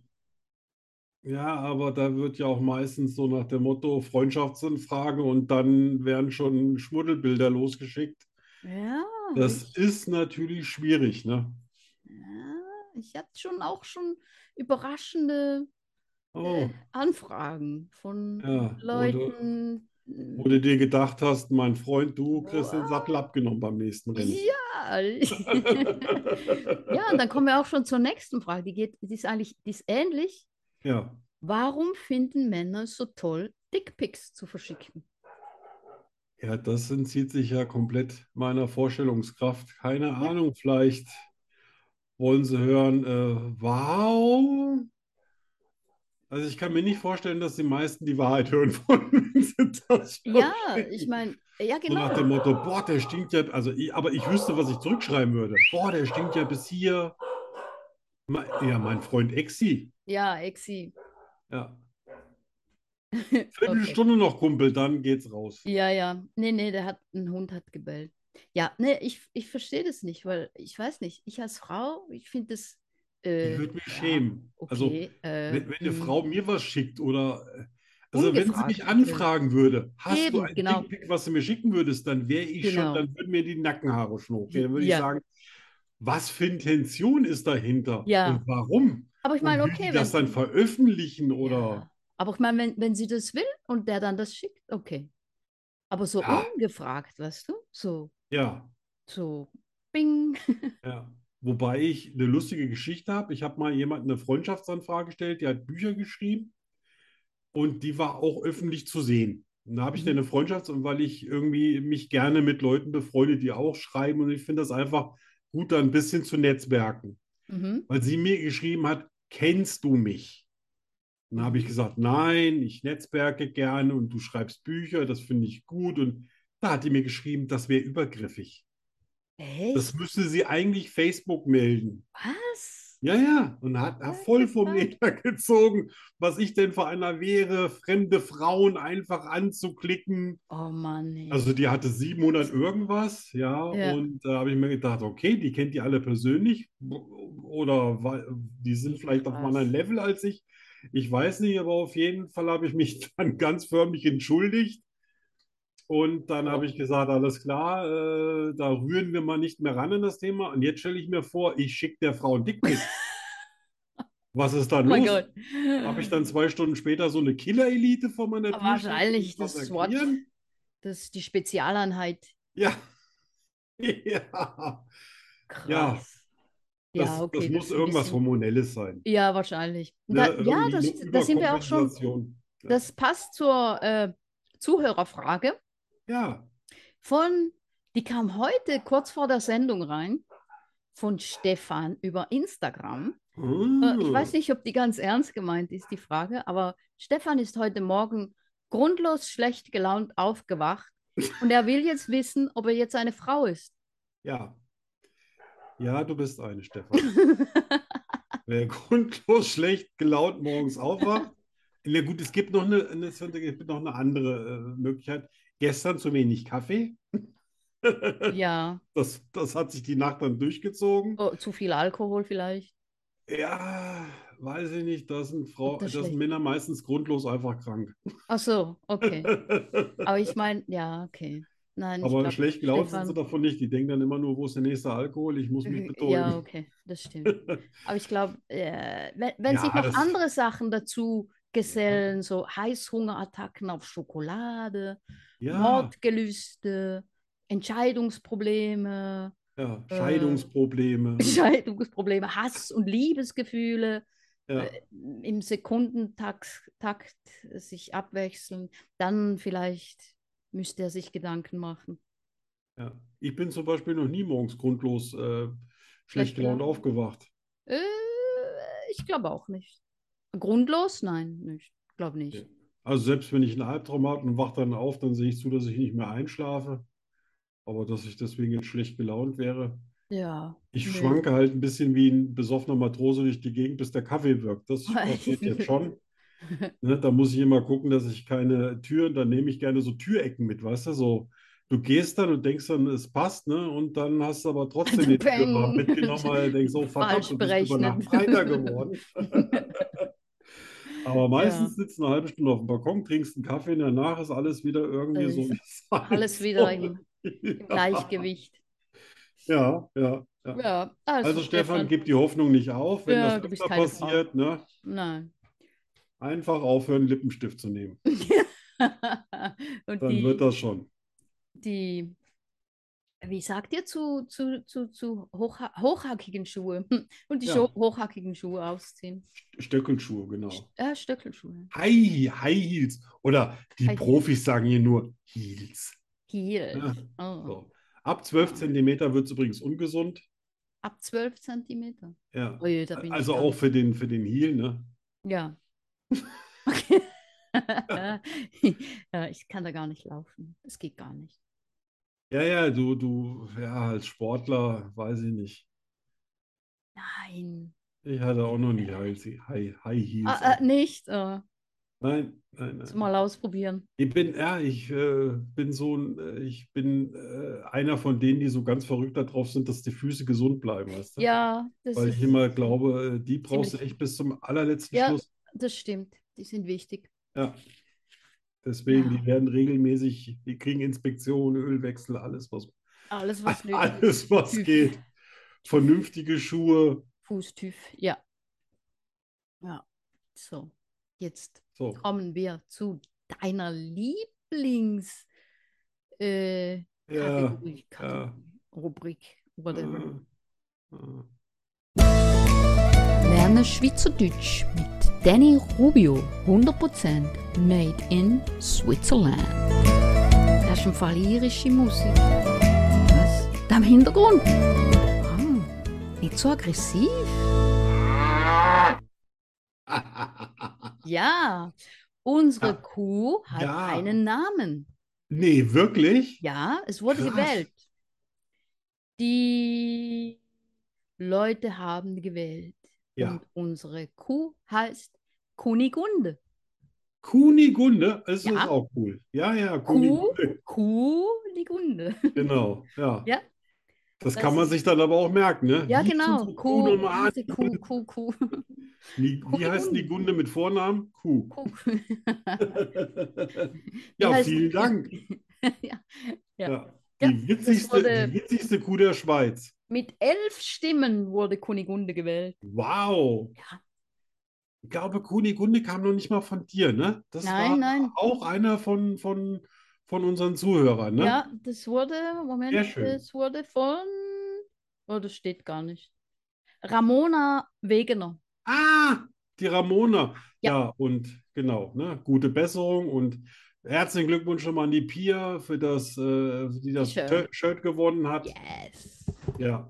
Ja, aber da wird ja auch meistens so nach dem Motto Freundschaftsanfrage und dann werden schon Schmuddelbilder losgeschickt. Ja, Das ich- ist natürlich schwierig, ne? Ja, ich hatte schon auch schon überraschende Oh, äh, Anfragen von Ja, Leuten. wo du dir gedacht hast, mein Freund, du kriegst den Sattel abgenommen beim nächsten Rennen. Ja. ja, und dann kommen wir auch schon zur nächsten Frage. Die geht, die ist eigentlich, die ist ähnlich. Ja, Warum finden Männer es so toll, Dickpics zu verschicken? ja, das entzieht sich ja komplett meiner Vorstellungskraft. Keine Ahnung, vielleicht wollen sie hören, äh, wow. Also ich kann mir nicht vorstellen, dass die meisten die Wahrheit hören wollen. wenn sie das Ja, verstehen. ich meine, ja, Oh, So nach genau. dem Motto, boah, der stinkt ja, also ich, aber ich wüsste, was ich zurückschreiben würde. Boah, der stinkt ja bis hier. Me- Ja, mein Freund Exi. Ja, Exi. Ja. Okay. Viertelstunde noch, Kumpel, dann geht's raus. Ja, ja. Nee, nee, der hat, ein Hund hat gebellt. Ja, nee, ich, ich verstehe das nicht, weil ich weiß nicht, ich als Frau, ich finde das, äh, Ich würde mich ja, schämen. Also, okay, äh, wenn, wenn eine hm. Frau mir was schickt oder, äh, also wenn sie Ungefragt, mich natürlich. anfragen würde, hast du Eben, ein genau. Dickpick, was du mir schicken würdest, dann wäre ich schon, Genau. dann würden mir die Nackenhaare schnurren. Dann würde ich Ja. sagen, was für Intention ist dahinter Ja. und warum? Aber ich meine, und will okay, die das wenn, dann veröffentlichen oder? Ja. Aber ich meine, wenn, wenn sie das will und der dann das schickt, okay. Aber so Ja. ungefragt, weißt du? So, Ja, so, bing. ja. Wobei ich eine lustige Geschichte habe. Ich habe mal jemandem eine Freundschaftsanfrage gestellt, die hat Bücher geschrieben und die war auch öffentlich zu sehen. Und da habe ich Mhm. dann eine Freundschafts- und weil ich irgendwie mich gerne mit Leuten befreunde, die auch schreiben und ich finde das einfach gut, da ein bisschen zu netzwerken. Mhm. Weil sie mir geschrieben hat, kennst du mich? Und Dann habe ich gesagt, nein, ich netzwerke gerne und du schreibst Bücher, das finde ich gut. Und da hat die mir geschrieben, das wäre übergriffig. Das Echt? müsste sie eigentlich Facebook melden. Was? Ja, ja. Und hat, hat voll vom Abgefahren. Leder gezogen, was ich denn für einer wäre, fremde Frauen einfach anzuklicken. Oh Mann, ey. Also die hatte 700 irgendwas, ja. Ja. Und da habe ich mir gedacht, okay, die kennt die alle persönlich oder wa- die sind vielleicht auf einem Krass. anderen Level als ich. Ich weiß nicht, aber auf jeden Fall habe ich mich dann ganz förmlich entschuldigt. Und dann habe ich gesagt, alles klar, äh, da rühren wir mal nicht mehr ran an das Thema. Und jetzt stelle ich mir vor, ich schicke der Frau einen Dickpick. Was ist da Oh mein los? Gott. Habe ich dann zwei Stunden später so eine Killer-Elite vor meiner Tür Aber wahrscheinlich stehen, die das SWAT. massakrieren? Das ist die Spezialeinheit. Ja. Ja. Krass. Das, Ja, okay, das muss ist ein irgendwas bisschen- Hormonelles sein. Ja, wahrscheinlich. Und Ne? Da, ja, Irgendwie das, eine da sind wir auch schon. Überkompensation. Ja. Das passt zur äh, Zuhörerfrage. Ja. von, die kam heute kurz vor der Sendung rein, von Stefan über Instagram. Äh, Hm. Ich weiß nicht, ob die ganz ernst gemeint ist, die Frage, aber Stefan ist heute Morgen grundlos schlecht gelaunt aufgewacht und er will jetzt wissen, ob er jetzt eine Frau ist. Ja. Ja, du bist eine, Stefan. Wer grundlos schlecht gelaunt morgens aufwacht. Na gut, es gibt noch eine, eine, es gibt noch eine andere äh, Möglichkeit. Gestern zu wenig Kaffee. ja, Das, das hat sich die Nacht dann durchgezogen. oh, zu viel Alkohol vielleicht. Ja, weiß ich nicht. Da sind, Frau, Ob das da sind schlecht- Männer meistens grundlos einfach krank. Ach so, okay. Aber Aber ich meine, ja, okay. Nein, ich glaub, schlecht gelaunt sind sie Stefan- Äh, davon nicht. Die denken dann immer nur, wo ist der nächste Alkohol? Ich muss mich Ja, betäuben. okay, das stimmt. Aber ich glaube, äh, wenn, wenn Ja, sich noch das- andere Sachen dazu gesellen, so Heißhungerattacken auf Schokolade, Ja, Mordgelüste, Entscheidungsprobleme, ja. äh, Scheidungsprobleme. Entscheidungsprobleme, Hass und Liebesgefühle Ja. äh, im Sekundentakt Takt sich abwechseln, dann vielleicht müsste er sich Gedanken machen. Ja. Ich bin zum Beispiel noch nie morgens grundlos äh, schlecht Schlecht gelaunt gelaunt. aufgewacht. Äh, ich glaube auch nicht. Grundlos? Nein, nicht. Glaube nicht. Also selbst wenn ich einen Albtraum habe und wache dann auf, dann sehe ich zu, dass ich nicht mehr einschlafe. Aber dass ich deswegen jetzt schlecht gelaunt wäre. Ja. Ich nö. schwanke halt ein bisschen wie ein besoffener Matrose durch die Gegend, bis der Kaffee wirkt. Das passiert jetzt schon. Ne, da muss ich immer gucken, dass ich keine Türen, dann nehme ich gerne so Türecken mit, weißt du? So, du gehst dann und denkst dann, es passt, ne? Und dann hast du aber trotzdem die Tür mal Peng. mitgenommen, weil du denkst, oh verdammt, Also Falsch du bist über Nacht berechnet. breiter geworden. Aber meistens sitzt eine halbe Stunde auf dem Balkon, trinkst einen Kaffee und danach ist alles wieder irgendwie so, wie es sein Äh, Alles wieder soll. im, Ja. im Gleichgewicht. Ja, ja, ja. Ja, Also Stefan, gib die Hoffnung nicht auf, wenn Ja, das du bist öfter keine Frau. passiert, ne? Nein. Einfach aufhören, Lippenstift zu nehmen. Und Dann die, wird das schon. die, wie sagt ihr zu, zu, zu, zu hochha hochhackigen Schuhe? Und die Ja. Schu- hochhackigen Schuhe ausziehen. Stöckelschuhe, genau. Ja, Stöckelschuhe. High, High Heels. Oder die High Heels. Profis sagen hier nur Heels. Heels. Ja, Oh. so. Ab 12 Zentimeter wird es übrigens ungesund. Ab 12 Zentimeter. Ja. Ui, Oh, da bin ich Also gar auch nicht- für den, für den Heel, ne? Ja. Okay. ja, ich kann da gar nicht laufen. Es geht gar nicht. Ja, ja, du, du, ja, als Sportler, weiß ich nicht. Nein. Ich hatte auch noch nie High, High, High Heels. Ah, äh, nicht. Äh, Nein, nein, nein. mal ausprobieren. Ich bin, ja, ich äh, bin so ein, äh, ich bin äh, einer von denen, die so ganz verrückt darauf sind, dass die Füße gesund bleiben, weißt du? Ja, das Weil ich ist, immer glaube, äh, die brauchst du ziemlich- echt bis zum allerletzten Ja. Schluss. das stimmt. Die sind wichtig. Ja. Deswegen, Ja. die werden regelmäßig, die kriegen Inspektionen, Ölwechsel, alles, was, Alles, was nötig ist. alles, was Tüv. geht. Vernünftige Schuhe. Fußtüv, ja. Ja, so. Jetzt So. kommen wir zu deiner Lieblings äh, Ja. Kategorie, Kategorie, Rubrik, whatever. Äh, äh. Lerne Schweizerdeutsch mit Danny Rubio. 100% made in Switzerland. Das ist im Fall irische Musik. Was? Da im Hintergrund? Ah, nicht so aggressiv. Ja, unsere Ja. Kuh hat Ah, Ja. einen Namen. Nee, wirklich? Ja, es wurde Krass. gewählt. Die Leute haben gewählt. Ja. Und unsere Kuh heißt Kunigunde. Kunigunde, das ist Ja. auch cool. Ja, ja, Kuh, Kunigunde, Kunigunde. genau, ja. Ja. Das Das kann man ist- sich dann aber auch merken, ne? Ja, Wie genau. zum Kuh, Kuh nochmal heißt die Kuh, Kuh, Kuh, Ni- Wie heißt Kunigunde. Nigunde mit Vornamen? Kuh. Kuh. Ja, heißt- vielen Dank. Ja. Ja. Ja, Die witzigste, wurde- die witzigste Kuh der Schweiz. Mit elf Stimmen wurde Kunigunde gewählt. Wow. Ja. Ich glaube, Kunigunde kam noch nicht mal von dir, ne? Das war Nein, nein. auch einer von, von, von unseren Zuhörern, ne? Ja, das wurde, Moment, Sehr schön. das wurde von, oh, das steht gar nicht. Ramona Wegener. Ah, die Ramona. Ja. Ja, und genau, ne? Gute Besserung und herzlichen Glückwunsch schon mal an die Pia für das, äh, die das T-Shirt. Tö- Shirt gewonnen hat. Yes. Ja.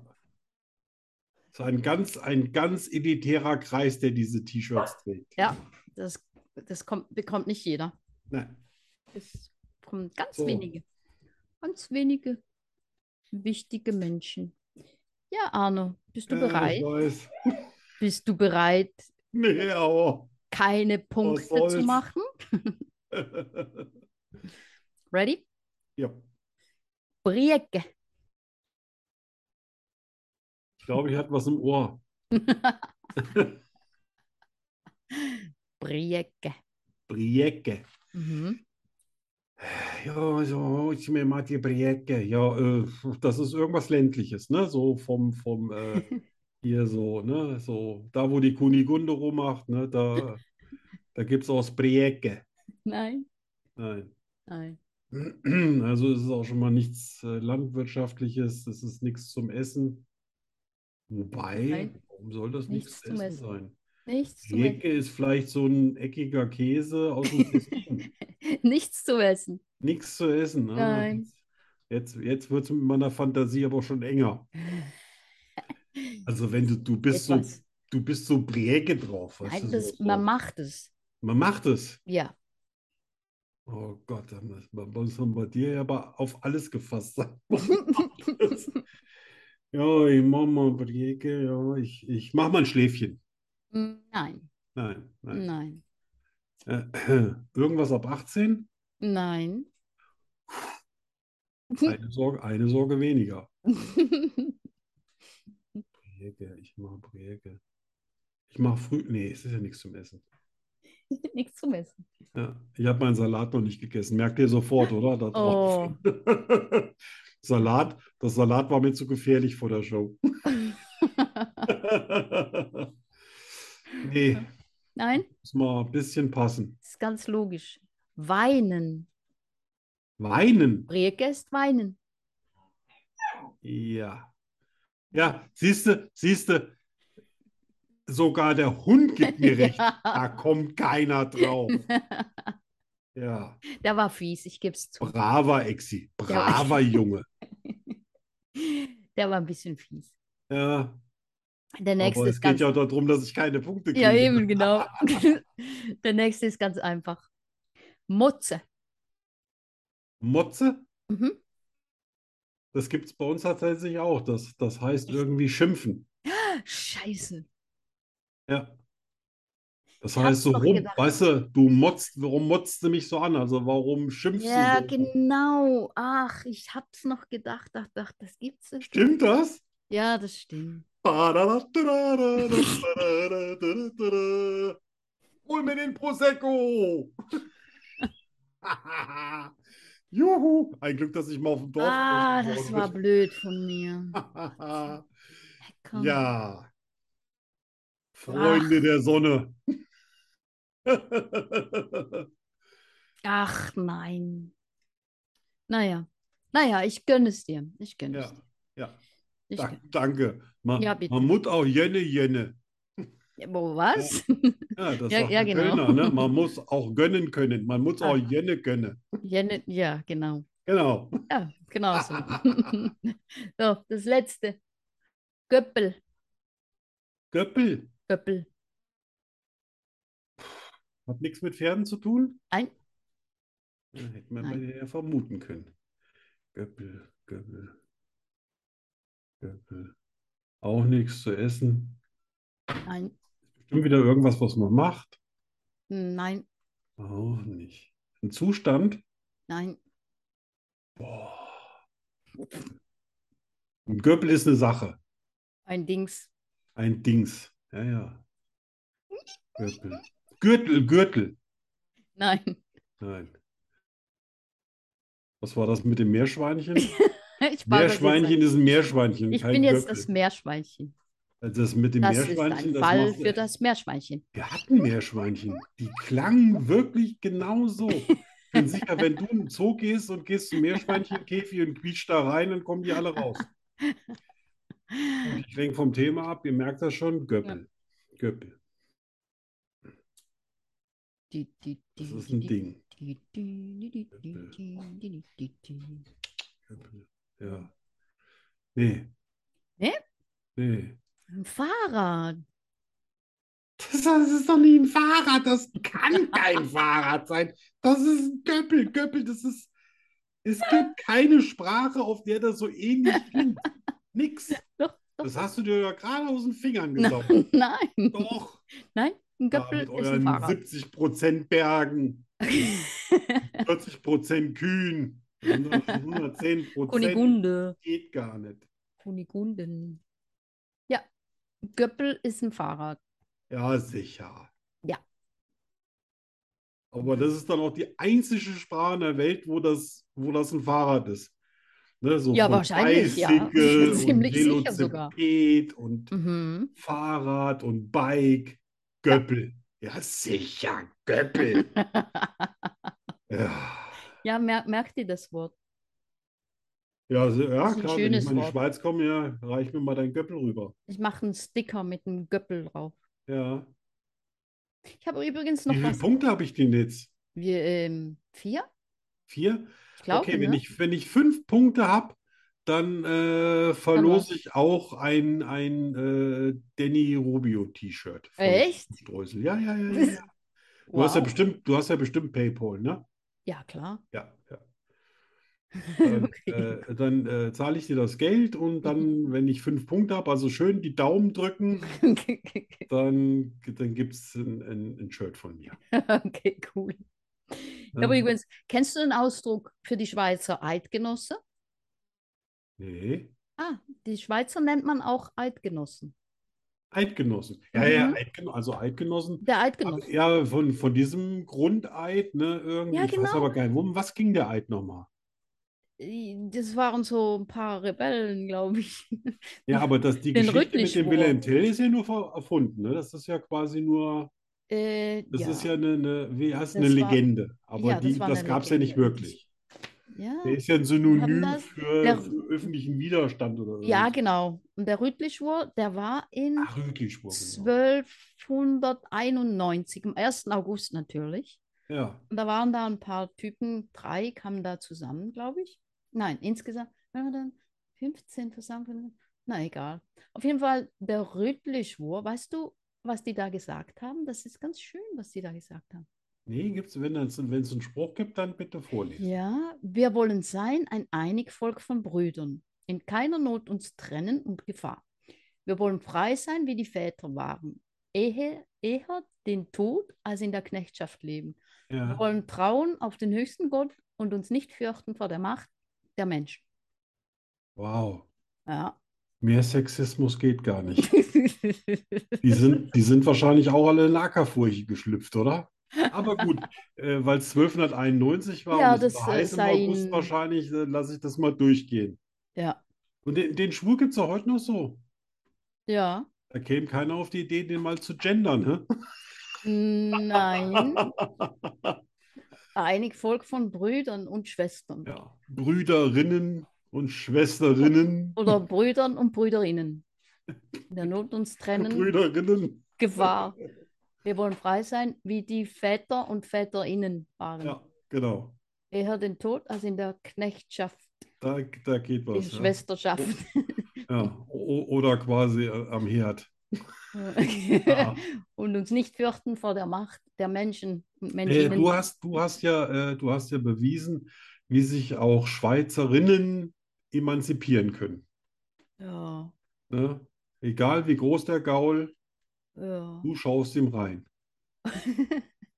Ist ein ganz, ein ganz elitärer Kreis, der diese T-Shirts trägt. Ja, das, das kommt, bekommt nicht jeder. Nein. Es kommen ganz So. wenige. Ganz wenige wichtige Menschen. Ja, Arno, bist du Äh, ich bereit? weiß. Bist du bereit, Nee, aber. keine Punkte zu soll's? machen? Ready? Ja, Brieke. ich glaube, ich hatte was im Ohr. Brieke. Briecke. Mhm. Ja, so, ich mir mal die Briecke. Ja, äh, das ist irgendwas Ländliches, ne? So vom, vom, äh, hier so, ne? So, da wo die Kunigunde rummacht, ne? Da, da gibt es auch das Briecke. Nein, Nein. nein. Also es ist auch schon mal nichts äh, Landwirtschaftliches, es ist nichts zum Essen. Wobei, Nein. warum soll das Nichts nichts zum Essen Essen. sein? Nichts zu essen. Briecke ist vielleicht so ein eckiger Käse aus dem Tessin. Nichts zu essen. Nichts zu essen. Ah, Nein. jetzt- Jetzt, jetzt wird es mit meiner Fantasie aber schon enger. Also wenn du, du bist so, Etwas. du bist so Briecke drauf, weißt Nein, du, das, so, man so. macht es. Man macht es. Ja. Oh Gott, da muss man muss man bei dir ja aber auf alles gefasst sein. Ja, ich mach mal Brieke, ja, ich, ich mach mal ein Schläfchen. Nein, Nein, nein. nein, Äh, irgendwas ab 18? nein. Eine Sorge, eine Sorge weniger. Brieke, ich mach Brieke. Ich mach früh. Nee, es ist ja nichts zum Essen. Nichts zu essen. Ja, ich habe meinen Salat noch nicht gegessen. Merkt ihr sofort, oder? Da drauf. Salat, das Salat war mir zu gefährlich vor der Show. Nee, Nein, muss mal ein bisschen passen. ist ganz logisch. Weinen. Weinen. Brieke ist weinen. Ja. Ja, siehste, siehste, sogar der Hund gibt mir recht. Da kommt keiner drauf. Ja, Der war fies, ich gebe es zu. braver Exi, braver Junge. Der war ein bisschen fies. Ja, Der nächste Aber es ist geht ganz. ja darum, dass ich keine Punkte kriege. Ja, eben, genau. Der nächste ist ganz einfach. Motze. Motze, Mhm. das gibt es bei uns tatsächlich auch. Das, das heißt irgendwie schimpfen. Scheiße. Ja. Das Ich hab's heißt so doch rum, gedacht. weißt du, du motzt, warum motzt du mich so an? Also warum schimpfst Ja, du so? genau. Ach, ich hab's noch gedacht. Ach, ach das gibt's nicht. Stimmt das? Ja, das stimmt. Hol mir den Prosecco! Juhu! Ein Glück, dass ich mal auf dem Dorf Ah, groß das war geworden blöd von mir. bin. Hey, komm. Ja. Freunde der Sonne. Ach nein. Naja. Naja, ich gönn es dir. Ich gönn es ja, dir. ja. Ich Da- gönn. danke. Ma, Ja, bitte. Mammut auch Jenne, Jenne. Ja, Wo, was? Ja, das Ja, sagt ja, der genau. Kölner, ne? Man muss auch gönnen können. Man muss auch Ah. Jenne gönnen. Jenne, ja, genau. Genau. Ja, genau so. So, das letzte. Göppel. Göppel Göppel. hat nichts mit Pferden zu tun? Nein. Ja, hätte man bei Nein. dir ja vermuten können. Göppel, Göppel. Göppel. Auch nichts zu essen. Nein. Bestimmt wieder irgendwas, was man macht. Nein. Auch nicht. Ein Zustand? Nein. Boah. Ein Göppel ist eine Sache. Ein Dings. Ein Dings. Ja, ja. Gürtel. Gürtel, Gürtel. Nein. Nein. Was war das mit dem Meerschweinchen? Ich war das jetzt ein- Meerschweinchen ist ein Meerschweinchen, Ich kein bin jetzt Gürtel. das Meerschweinchen. Also das mit dem Das ist Meerschweinchen, ein das Fall machst du- für das Meerschweinchen. Wir hatten Meerschweinchen. Die klangen wirklich genauso. Ich bin sicher, wenn du in den Zoo gehst und gehst zum Meerschweinchenkäfig und quietscht da rein, dann kommen die alle raus. Ich lenke vom Thema ab, ihr merkt das schon. Göppel. Göppel. Die, die, Das die, ist ein die, Ding. die, die, die, die, die, die, die, die. Köppel. Ja. Nee. Nee? Nee. Ein Fahrrad. Das, das ist doch nie ein Fahrrad. Das kann kein Fahrrad sein. Das ist ein Göppel. Göppel, das ist. Es gibt keine Sprache, auf der das so ähnlich klingt. Nix. Doch, doch. Das hast du dir ja gerade aus den Fingern gesaugt. Nein, nein, Doch. ein da Göppel Genau. mit ist ein Fahrrad. euren 70% Bergen, 40% Kühen, 110% Kunigunde. geht gar nicht. Kunigunden. Ja, ein Göppel ist ein Fahrrad. Ja, sicher. Ja. Aber das ist dann auch die einzige Sprache in der Welt, wo das, wo das ein Fahrrad ist. Ne, so Ja, von wahrscheinlich, ja. Bicycle und Ziemlich sicher sogar. Velociped und Mhm. Fahrrad und Bike, Göppel. Ja, sicher, Göppel. ja. Ja, mer merkt ihr das Wort? Ja, so, ja, Ist ein klar, wenn schönes ich mal in die Wort. Schweiz komme, ja, reich mir mal dein Göppel rüber. Ich mache einen Sticker mit einem Göppel drauf. Ja. Ich habe übrigens Wie noch viele was. Punkte habe ich denn jetzt? Wir, ähm, vier? Vier? Ich glaube, Okay, wenn ne? ich, wenn ich fünf Punkte habe, dann äh, verlose ich auch ein, ein äh, Danny Rubio-T-Shirt von Echt? Streusel. Ja, ja, ja, ja, ja. Du hast ja Wow. bestimmt, du hast ja bestimmt PayPal, ne? Ja, klar. Ja, ja. Dann, Okay. äh, dann äh, zahle ich dir das Geld und dann, wenn ich fünf Punkte habe, also schön die Daumen drücken. Dann, dann gibt es ein, ein, ein Shirt von mir. Okay, cool. Ich habe Ja. übrigens, kennst du den Ausdruck für die Schweizer Eidgenosse? Nee. Ah, die Schweizer nennt man auch Eidgenossen. Eidgenossen. Ja, ja, Mhm. Eidgen also Eidgenossen. Der Aber, Eidgenosse. Äh, ja, von, von diesem Grundeid, ne, irgendwie. Ja, Ich weiß genau. aber gar nicht, worum, was ging der Eid nochmal? Das waren so ein paar Rebellen, glaube ich. Ja, aber das, die Den Geschichte mit dem Rüttlischwur. Wilhelm Tell ist ja nur ver- erfunden, ne? Das ist ja quasi nur, Äh, das ja. ist ja eine, eine wie heißt Das eine war- Legende. Aber ja, das die, war das eine gab es ja nicht Legende. wirklich. Ja. Der ist ja ein haben Synonym das- für, der- für öffentlichen Widerstand oder Ja, irgendwas. genau. Und der Rütlischwur, der war in Ach, Rütlischwur, genau. 1291, am 1. August natürlich. Ja, Und da waren da ein paar Typen, drei kamen da zusammen, glaube ich. Nein, insgesamt, wenn wir dann 15 versammeln, Na egal. Auf jeden Fall der Rüttelschwur. Weißt du, was die da gesagt haben? Das ist ganz schön, was die da gesagt haben. Nee, gibt's, wenn es einen Spruch gibt, dann bitte vorlesen. Ja, wir wollen sein ein Einigvolk von Brüdern, in keiner Not uns trennen und Gefahr. Wir wollen frei sein, wie die Väter waren, ehe, eher den Tod als in der Knechtschaft leben. Wir Ja. wollen trauen auf den höchsten Gott und uns nicht fürchten vor der Macht der Menschen. Wow. Ja. Mehr Sexismus geht gar nicht. Die sind, die sind wahrscheinlich auch alle in Ackerfurche geschlüpft, oder? Aber gut, äh, weil es 1291 war Ja, und es das, war äh, heiß im sei August ihnen- wahrscheinlich, äh, lasse ich das mal durchgehen. ja, Und den, den Schwur gibt es ja heute noch so. ja. Da käme keiner auf die Idee, den mal zu gendern. hä? Nein, einig Volk von Brüdern und Schwestern. Ja. Brüderinnen und Schwesterinnen, Oder Brüdern und Brüderinnen. In der Not uns trennen, Brüderinnen. Gefahr. Wir wollen frei sein, wie die Väter und Väterinnen waren. Ja, genau. Eher den Tod als in der Knechtschaft, Da, da geht in was. ja. Schwesterschaft. Ja. O oder quasi äh, am Herd. Ja. Und uns nicht fürchten vor der Macht der Menschen und Äh, Menschen. du hast, du hast ja, äh, du hast ja bewiesen, wie sich auch Schweizerinnen emanzipieren können. ja, Ne? Egal wie groß der Gaul, ja. du schaust ihm rein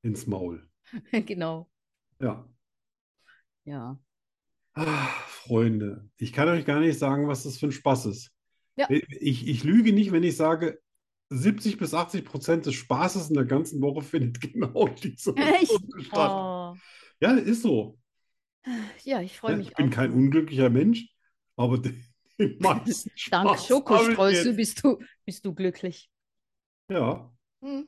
ins Maul. genau. Ja. Ja. Ah, Freunde, ich kann euch gar nicht sagen, was das für ein Spaß ist. Ja. Ich, ich lüge nicht, wenn ich sage, 70 bis 80 Prozent des Spaßes in der ganzen Woche findet genau diese Echt? Stunde statt. Oh. Ja, ist so. Ja, ich freue Ja, mich ich bin auch. kein unglücklicher Mensch, aber den, den meisten Dank Spaß habe ich Schokostreusel jetzt. bist du, bist du glücklich. Ja, Hm.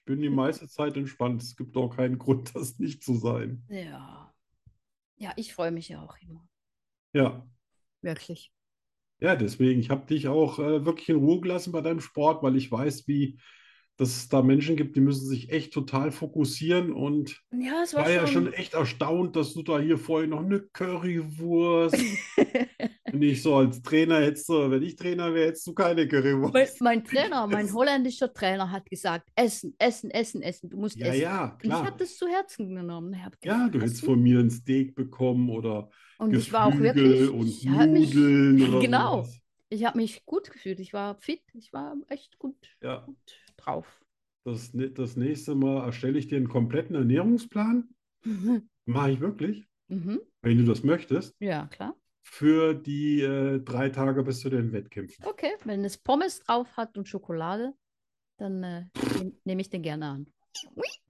ich bin die meiste Zeit entspannt. Es gibt auch keinen Grund, das nicht zu sein. Ja. Ja, ich freue mich ja auch immer. Ja, Wirklich. ja, deswegen, ich habe dich auch äh, wirklich in Ruhe gelassen bei deinem Sport, weil ich weiß, wie, dass es da Menschen gibt, die müssen sich echt total fokussieren und Ja, es war, war ja schon. schon echt erstaunt, dass du da hier vorhin noch eine Currywurst. Wenn ich so als Trainer hättest, du- wenn ich Trainer wäre, hättest du keine mein, Currywurst. mein Trainer, mein Essen. holländischer Trainer hat gesagt, essen, essen, essen, essen. Du musst Ja, essen. ja, Und ich klar. habe das zu Herzen genommen. Ich hab Ja, du hättest gegessen. von mir ein Steak bekommen oder Und ich war auch Geflügel wirklich, und ich habe mich, Nudeln oder genau, sowas. ich habe mich gut gefühlt. Ich war fit, ich war echt gut, Ja, gut drauf. das, nä- das nächste Mal erstelle ich dir einen kompletten Ernährungsplan. Mhm. Mache ich wirklich, Mhm. wenn du das möchtest, Ja, klar. für die äh, drei Tage bis zu den Wettkämpfen. Okay, wenn es Pommes drauf hat und Schokolade, dann äh, nehm- nehme ich den gerne an.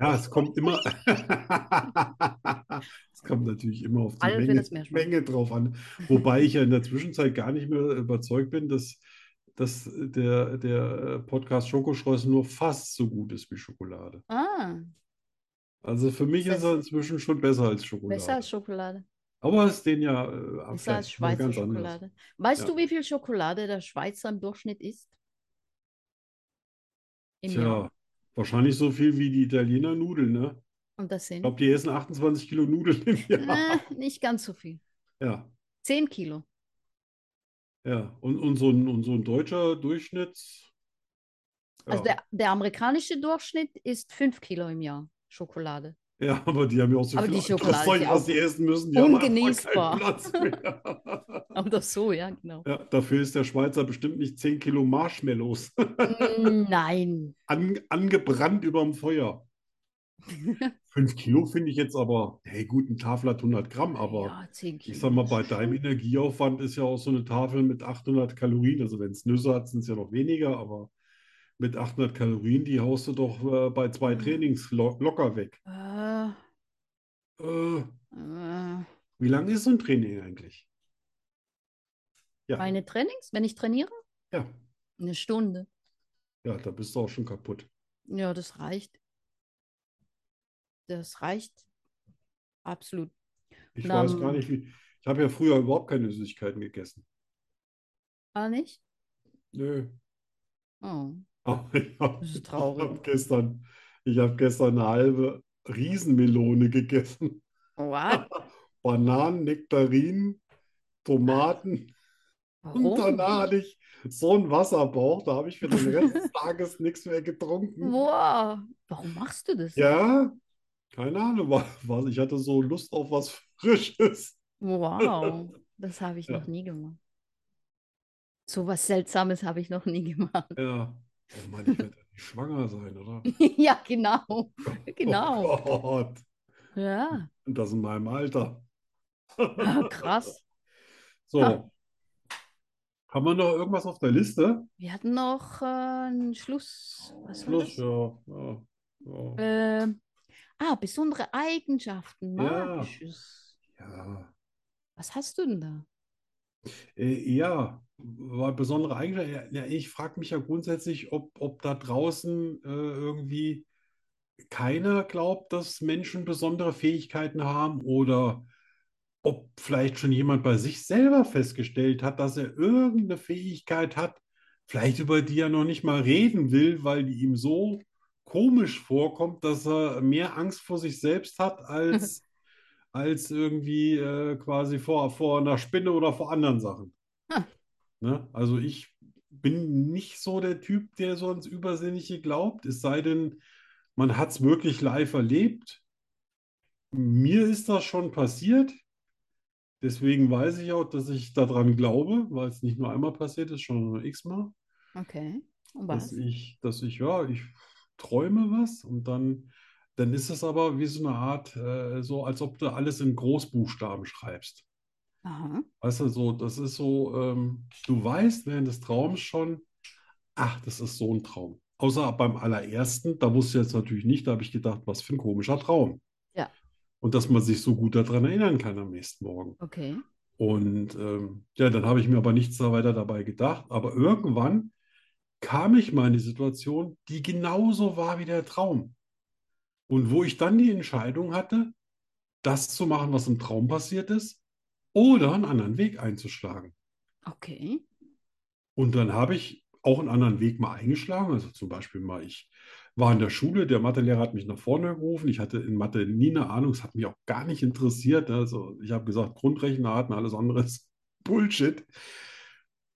Ja, es kommt immer, es kommt natürlich immer auf die Alles, wenn Menge, es mehr schmeckt. Menge drauf an. Wobei ich ja in der Zwischenzeit gar nicht mehr überzeugt bin, dass, dass der, der Podcast Schokostreusel nur fast so gut ist wie Schokolade. Ah, Also für mich Das ist er inzwischen schon besser als besser als Schokolade. Schokolade. Aber es ist den ja äh, Besser als vielleicht mal Schweizer ganz anders. Schokolade. Weißt Ja. du, wie viel Schokolade der Schweizer im Durchschnitt isst? Im Tja, Jahr. wahrscheinlich so viel wie die Italiener Nudeln, ne? Und das Ich sind glaube, die essen 28 Kilo Nudeln im Jahr. äh, nicht ganz so viel. Ja, 10 Kilo. ja. Und, und, so, ein, und so ein deutscher Durchschnitts. Also Ja. der, der amerikanische Durchschnitt ist 5 Kilo im Jahr Schokolade. Ja, aber die haben ja auch so Aber viel die anderes Schokolade ist Zeug, ja was auch die essen müssen. Die haben einfach keinen ungenießbar. Platz mehr. Oder so, ja, genau. Ja, dafür ist der Schweizer bestimmt nicht 10 Kilo Marshmallows Nein. an, angebrannt überm Feuer. 5 Kilo finde ich jetzt aber, hey, gut, ein Tafel hat 100 Gramm, aber Ja, 10 Kilo. ich sag mal, bei deinem Energieaufwand ist ja auch so eine Tafel mit 800 Kalorien. Also, wenn es Nüsse hat, sind es ja noch weniger, aber mit 800 Kalorien, die haust du doch äh, bei zwei Mhm. Trainings lo locker weg. Äh, Äh, äh, wie lang ist so ein Training eigentlich? Ja. meine Trainings, wenn ich trainiere, Ja, eine Stunde. ja, da bist du auch schon kaputt. Ja, das reicht. Das reicht. Absolut. Ich Na, weiß gar m- nicht, wie. Ich habe ja früher überhaupt keine Süßigkeiten gegessen. Ah, nicht? Nö. Oh. Aber ich habe Das ist ich traurig. hab gestern, ich habe gestern eine halbe Riesenmelone gegessen. What? Bananen, Nektarinen, Tomaten, Und danach Warum? hatte ich so einen Wasserbauch, da habe ich für den Rest des Tages nichts mehr getrunken. Wow. Warum machst du das? Ja, keine Ahnung, wa- was. Ich hatte so Lust auf was Frisches. Wow. Das habe ich Ja. noch nie gemacht. So was Seltsames habe ich noch nie gemacht. Ja. Oh Mann, ich werde ja nicht schwanger sein, oder? Ja, genau. Genau. Oh Gott. Ja. Und das in meinem Alter. Krass. So. Ha. Haben wir noch irgendwas auf der Liste? Wir hatten noch äh, einen Schluss. Was war das? Schluss, ja. Ja. Ja. Ähm, ah, besondere Eigenschaften, Ja. magisches. ja. Was hast du denn da? Äh, ja, war besondere Eigenschaft. Ja, ja, ich frage mich ja grundsätzlich, ob, ob da draußen äh, irgendwie keiner glaubt, dass Menschen besondere Fähigkeiten haben oder ob vielleicht schon jemand bei sich selber festgestellt hat, dass er irgendeine Fähigkeit hat, vielleicht über die er noch nicht mal reden will, weil die ihm so komisch vorkommt, dass er mehr Angst vor sich selbst hat als, als irgendwie äh, quasi vor, vor einer Spinne oder vor anderen Sachen. Ah. Ne? Also ich bin nicht so der Typ, der so ans Übersinnliche glaubt, es sei denn, man hat es wirklich live erlebt. Mir ist das schon passiert. Deswegen weiß ich auch, dass ich daran glaube, weil es nicht nur einmal passiert ist, schon x-mal, Okay. Und dass was? ich, dass ich, ja, ich träume was und dann, dann ist es aber wie so eine Art, äh, so als ob du alles in Großbuchstaben schreibst. Aha. Weißt du, so, das ist so, ähm, du weißt während des Traums schon, ach, das ist so ein Traum. Außer beim allerersten, da wusste ich jetzt natürlich nicht, da habe ich gedacht, was für ein komischer Traum. Ja. Und dass man sich so gut daran erinnern kann am nächsten Morgen. Okay. Und ähm, ja, dann habe ich mir aber nichts da weiter dabei gedacht. Aber irgendwann kam ich mal in die Situation, die genauso war wie der Traum. Und wo ich dann die Entscheidung hatte, das zu machen, was im Traum passiert ist, oder einen anderen Weg einzuschlagen. Okay. Und dann habe ich auch einen anderen Weg mal eingeschlagen. Also zum Beispiel mal, ich war in der Schule, der Mathelehrer hat mich nach vorne gerufen. Ich hatte in Mathe nie eine Ahnung, es hat mich auch gar nicht interessiert. Also ich habe gesagt, Grundrechenarten, alles andere ist Bullshit.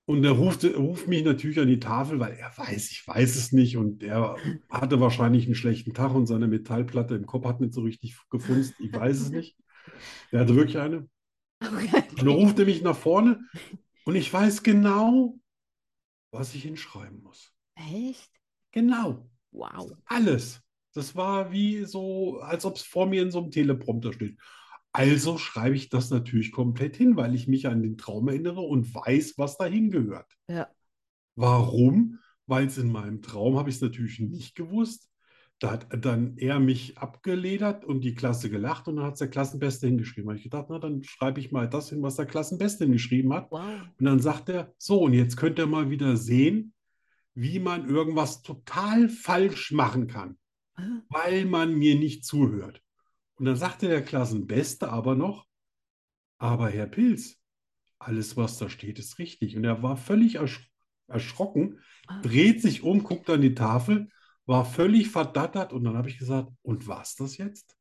Und er rufte, ruft mich natürlich an die Tafel, weil er weiß, ich weiß es nicht. Und er hatte wahrscheinlich einen schlechten Tag und seine Metallplatte im Kopf hat nicht so richtig gefunzt. Ich weiß es nicht. Er hatte wirklich eine. Und Okay. dann ruft er mich nach vorne und ich weiß genau, was ich hinschreiben muss. Echt? Genau, Wow. alles. Das war wie so, als ob es vor mir in so einem Teleprompter steht. Also schreibe ich das natürlich komplett hin, weil ich mich an den Traum erinnere und weiß, was dahin gehört. Ja. Warum? Weil es in meinem Traum habe ich es natürlich nicht gewusst. Da hat dann er mich abgeledert und die Klasse gelacht und dann hat es der Klassenbeste hingeschrieben. Da habe ich gedacht, na, dann schreibe ich mal das hin, was der Klassenbeste hingeschrieben hat. Wow. Und dann sagt er, so, und jetzt könnt ihr mal wieder sehen, wie man irgendwas total falsch machen kann, weil man mir nicht zuhört. Und dann sagte der Klassenbeste aber noch, aber Herr Pilz, alles, was da steht, ist richtig. Und er war völlig ersch erschrocken, dreht sich um, guckt an die Tafel, war völlig verdattert. Und dann habe ich gesagt, und war's das jetzt?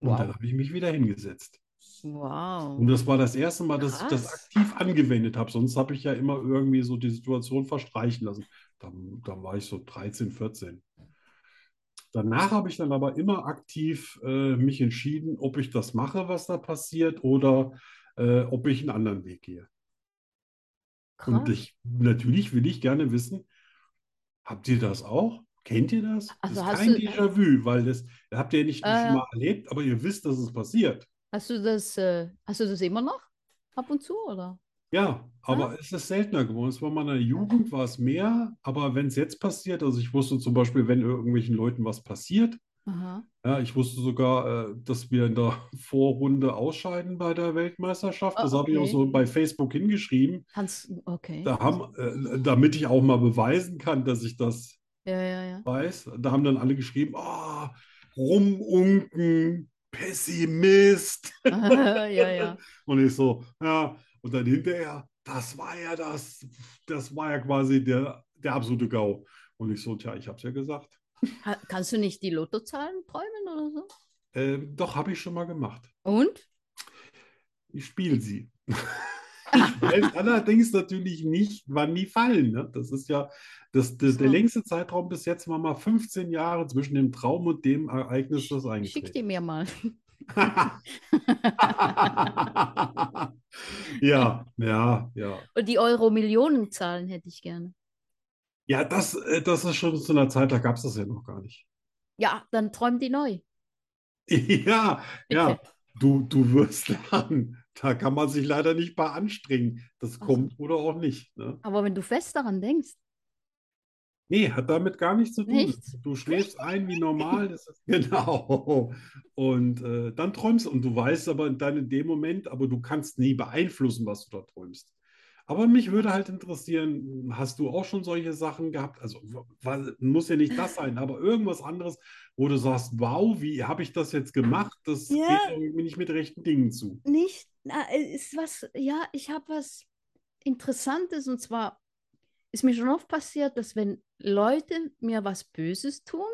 Und Wow. dann habe ich mich wieder hingesetzt. Wow. Und das war das erste Mal, dass ich das Krass. aktiv angewendet habe. Sonst habe ich ja immer irgendwie so die Situation verstreichen lassen. Dann, dann war ich so 13, 14. Danach habe ich dann aber immer aktiv äh, mich entschieden, ob ich das mache, was da passiert, oder äh, ob ich einen anderen Weg gehe. Und Krass. ich, natürlich will ich gerne wissen, habt ihr das auch? Kennt ihr das? Das Also ist hast kein du- Déjà-vu, weil das habt ihr nicht, nicht Ah, ja. mal erlebt, aber ihr wisst, dass es passiert. Hast du das, äh, hast du das immer noch? Ab und zu, oder? Ja, aber es ist seltener geworden. Es war in meiner Jugend, war es mehr, aber wenn es jetzt passiert, also ich wusste zum Beispiel, wenn irgendwelchen Leuten was passiert, Aha. ja, ich wusste sogar, äh, dass wir in der Vorrunde ausscheiden bei der Weltmeisterschaft. Ah, Das habe ich auch okay. Mhm. so bei Facebook hingeschrieben, Kannst, okay. da haben, äh, damit ich auch mal beweisen kann, dass ich das Ja, ja, ja. weiß. Da haben dann alle geschrieben, ah, rumunken, Pessimist. ja, ja. Und ich so, ja, und dann hinterher, das war ja das, das war ja quasi der, der absolute GAU. Und ich so, tja, ich hab's ja gesagt. Ha kannst du nicht die Lottozahlen träumen oder so? Ähm, doch, habe ich schon mal gemacht. Und? Ich spiele sie. Ich weiß allerdings natürlich nicht, wann die fallen. Ne? Das ist ja das, das, der So. längste Zeitraum bis jetzt war mal 15 Jahre zwischen dem Traum und dem Ereignis, das Schick eingetreten die mir mal. ist. ja, ja, ja. Und die Euro-Millionen-Zahlen hätte ich gerne. Ja, das, äh, das ist schon zu einer Zeit, da gab es das ja noch gar nicht. Ja, dann träum die neu. Ja, ja, Bitte. du, du wirst lernen. Da kann man sich leider nicht bei anstrengen. Das kommt oder auch nicht. Ne? Aber wenn du fest daran denkst, Nee, hat damit gar nichts zu tun. Nichts? Du schläfst ein wie normal. Das ist, genau. Und äh, dann träumst du. und du weißt aber dann in dem Moment, aber du kannst nie beeinflussen, was du da träumst. Aber mich würde halt interessieren, hast du auch schon solche Sachen gehabt? Also w- was, muss ja nicht das sein, aber irgendwas anderes, wo du sagst, wow, wie habe ich das jetzt gemacht? Das geht Ja. doch irgendwie nicht mit rechten Dingen zu. Nicht, na, äh, ist was, ja, ich habe was Interessantes und zwar ist mir schon oft passiert, dass wenn Leute mir was Böses tun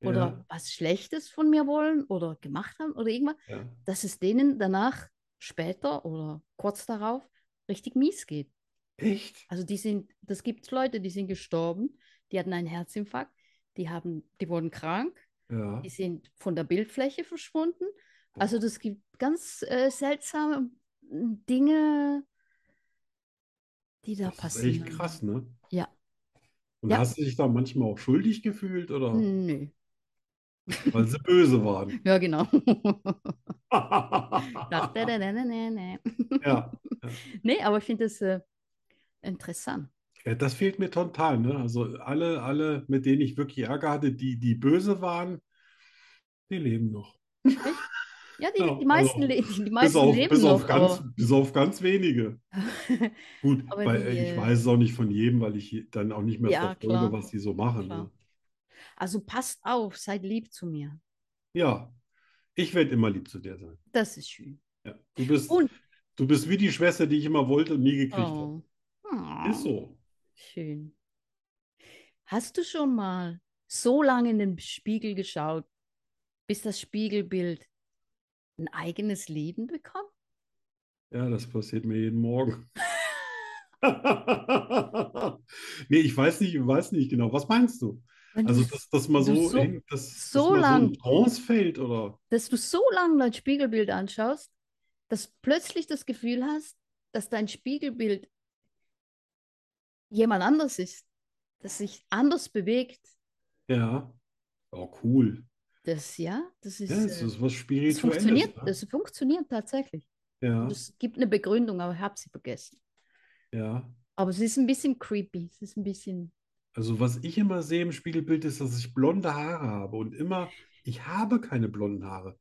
oder Ja, was Schlechtes von mir wollen oder gemacht haben oder irgendwas, ja. dass es denen danach später oder kurz darauf richtig mies geht. Echt? Also die sind, das gibt es Leute, die sind gestorben, die hatten einen Herzinfarkt, die haben, die wurden krank, Ja. die sind von der Bildfläche verschwunden. Also das gibt ganz äh, seltsame hm, Dinge, die da Das ist passieren. echt krass, ne? Ja. Und Ja. Hm. hast du dich da manchmal auch schuldig gefühlt oder Nö. weil sie böse waren? Ja, genau. Da, da, ja, da, da, da, da, da. ja, Nee, aber ich finde das äh, interessant. das fehlt mir total, ne? Also alle, alle, mit denen ich wirklich Ärger hatte, die, die böse waren, die leben noch. Ja, die, Ja, die meisten, also, le die, die Bis meisten auf, leben bis noch, auf ganz, aber bis auf ganz wenige. Gut, Aber weil die, ich äh, weiß es auch nicht von jedem, weil ich dann auch nicht mehr Ja, verfolge, klar. was die so machen. Ne? Klar. also passt auf, seid lieb zu mir. Ja, ich werde immer lieb zu dir sein. Das ist schön. Ja. Du bist, Und- du bist wie die Schwester, die ich immer wollte und nie gekriegt Oh. habe. Ah, Ist so. schön. Hast du schon mal so lange in den Spiegel geschaut, bis das Spiegelbild ein eigenes Leben bekommt? Ja, das passiert mir jeden Morgen. Nee, ich weiß nicht, ich weiß nicht genau. Was meinst du? Wenn du Also, s- dass, dass man du so, so- in, dass, so dass man so in lang- Trance fällt, oder? dass du so lange dein Spiegelbild anschaust, dass plötzlich das Gefühl hast, dass dein Spiegelbild jemand anders ist, das sich anders bewegt. Ja. Oh, cool. Das ja, das ist, Ja, das äh, ist das was Spirituelles, funktioniert, ne? das funktioniert tatsächlich. Ja, Und Es gibt eine Begründung, aber ich habe sie vergessen. ja. Aber es ist ein bisschen creepy, es ist ein bisschen. Also, was ich immer sehe im Spiegelbild ist, dass ich blonde Haare habe und immer, ich habe keine blonden Haare.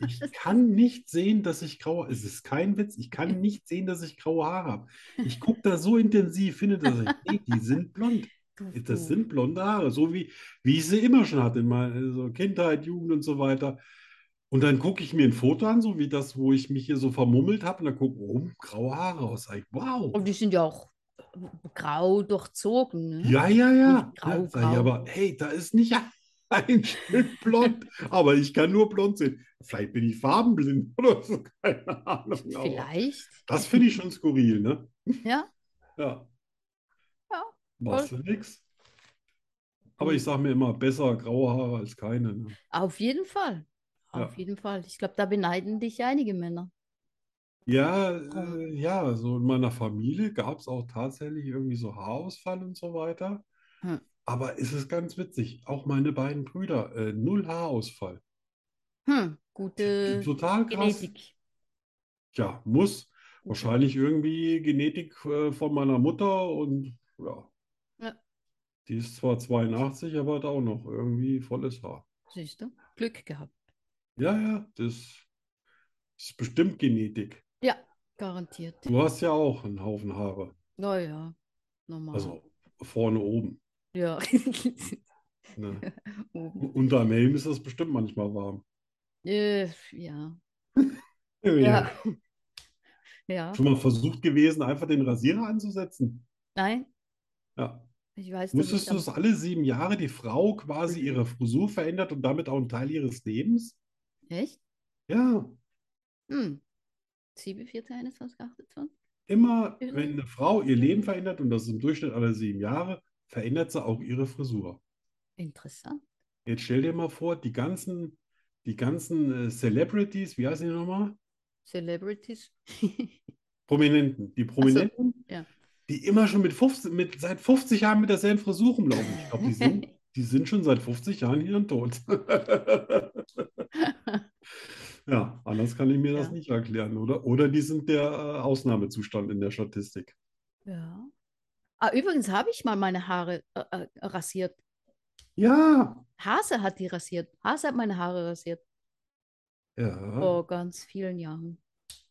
Ich kann nicht sehen, dass ich graue, es ist kein Witz, ich kann nicht sehen, dass ich graue Haare habe. Ich gucke da so intensiv hin und sage, nee, die sind blond. Du, Das du. sind blonde Haare, so wie, wie ich sie immer schon hatte, in meiner so Kindheit, Jugend und so weiter. Und dann gucke ich mir ein Foto an, so wie das, wo ich mich hier so vermummelt habe, und dann gucke, oh, graue Haare aus. Sag ich, wow. Und die sind ja auch äh, grau durchzogen. Ne? Ja, ja, ja. Nicht grau, Ja, sag ich, grau. aber hey, da ist nicht ein Stück blond, aber ich kann nur blond sehen. Vielleicht bin ich farbenblind oder so, keine Ahnung. aber Vielleicht. Das finde ich schon skurril, ne? Ja. Ja. Ja, Machst du nix. Aber ich sage mir immer, besser graue Haare als keine. Ne? Auf jeden Fall. Ja. Auf jeden Fall. Ich glaube, da beneiden dich einige Männer. Ja, Ah. äh, ja, so in meiner Familie gab es auch tatsächlich irgendwie so Haarausfall und so weiter. Hm. Aber es ist ganz witzig, auch meine beiden Brüder, äh, null Haarausfall. Hm, gute Total krass. Genetik. Ja, muss. Wahrscheinlich irgendwie Genetik äh, von meiner Mutter und ja. Ja. Die ist zwar 82, aber hat auch noch irgendwie volles Haar. Siehst du? Glück gehabt. Ja, ja, das ist bestimmt Genetik. Garantiert. Du hast ja auch einen Haufen Haare. Naja, normal. Also vorne oben. Ja. Ne? Oben. Und Unterm Helm ist das bestimmt manchmal warm. Äh, ja. Ja. Ja. Schon mal versucht gewesen, einfach den Rasierer anzusetzen. Nein, Ja. ich weiß, dass ich Musstest du es da, alle sieben Jahre die Frau quasi ihre Frisur verändert und damit auch einen Teil ihres Lebens? echt? Ja. Hm. 7, 4, 21, 28? Immer, wenn eine Frau ihr Leben verändert, und das ist im Durchschnitt alle sieben Jahre, verändert sie auch ihre Frisur. Interessant. Jetzt stell dir mal vor, die ganzen, die ganzen äh, Celebrities, wie heißen die nochmal? Celebrities. Prominenten. Die Prominenten, ja. die immer schon mit 50, mit, seit 50 Jahren mit derselben Frisur rumlaufen. Ich glaube, die sind, die sind schon seit 50 Jahren hirntot. ja, anders kann ich mir das Ja. nicht erklären, oder? Oder die sind der äh, Ausnahmezustand in der Statistik. ja. Ah, übrigens habe ich mal meine Haare äh, äh, rasiert. Ja, Hase hat die rasiert. Hase hat meine Haare rasiert. ja. Vor ganz vielen Jahren.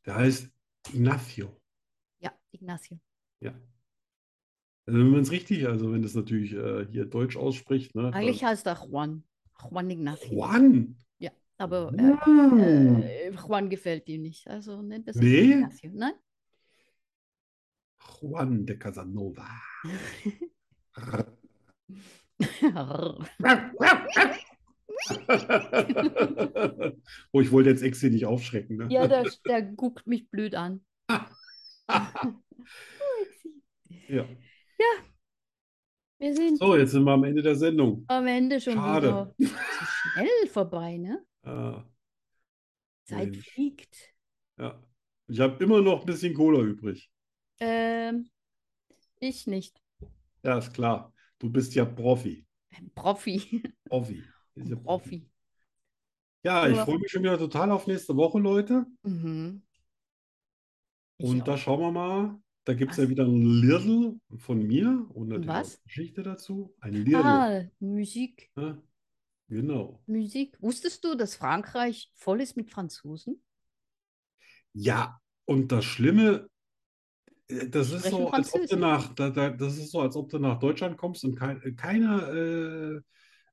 Der heißt Ignacio. Ja, Ignacio. Also wenn man es richtig, also wenn es natürlich äh, hier Deutsch ausspricht, ne? Eigentlich heißt er Juan. Juan dann- Ignacio. Juan. Aber äh, Hm. äh, Juan gefällt ihm nicht. Also nennt er sich Nee? Ignacio. ne? Nein? Juan de Casanova. oh, ich wollte jetzt extra nicht aufschrecken, ne? ja, der, der guckt mich blöd an. Oh, Ja. Wir sind So, jetzt sind wir am Ende der Sendung. am Ende schon Schade. wieder. So schnell vorbei, ne? Äh, Zeit Mensch. fliegt. ja. Ich habe immer noch ein bisschen Cola übrig. Ähm, ich nicht. Ja, ist klar. Du bist ja Profi. Profi. Profi. Ist ja Profi. Profi. Ja, ich Cola. freue mich schon wieder total auf nächste Woche, Leute. Mhm. Ich Und auch. da schauen wir mal. Da gibt es Was? ja wieder ein Lirl von mir und natürlich Was? auch Geschichte dazu. Ein Lirl. Ah, Musik. Ne? Genau. Musik. Wusstest du, dass Frankreich voll ist mit Franzosen? Ja, und das Schlimme, äh, das ist sprechen so, als ob du Französisch. nach, da, da, das ist so, als ob du nach Deutschland kommst und kein, keiner äh,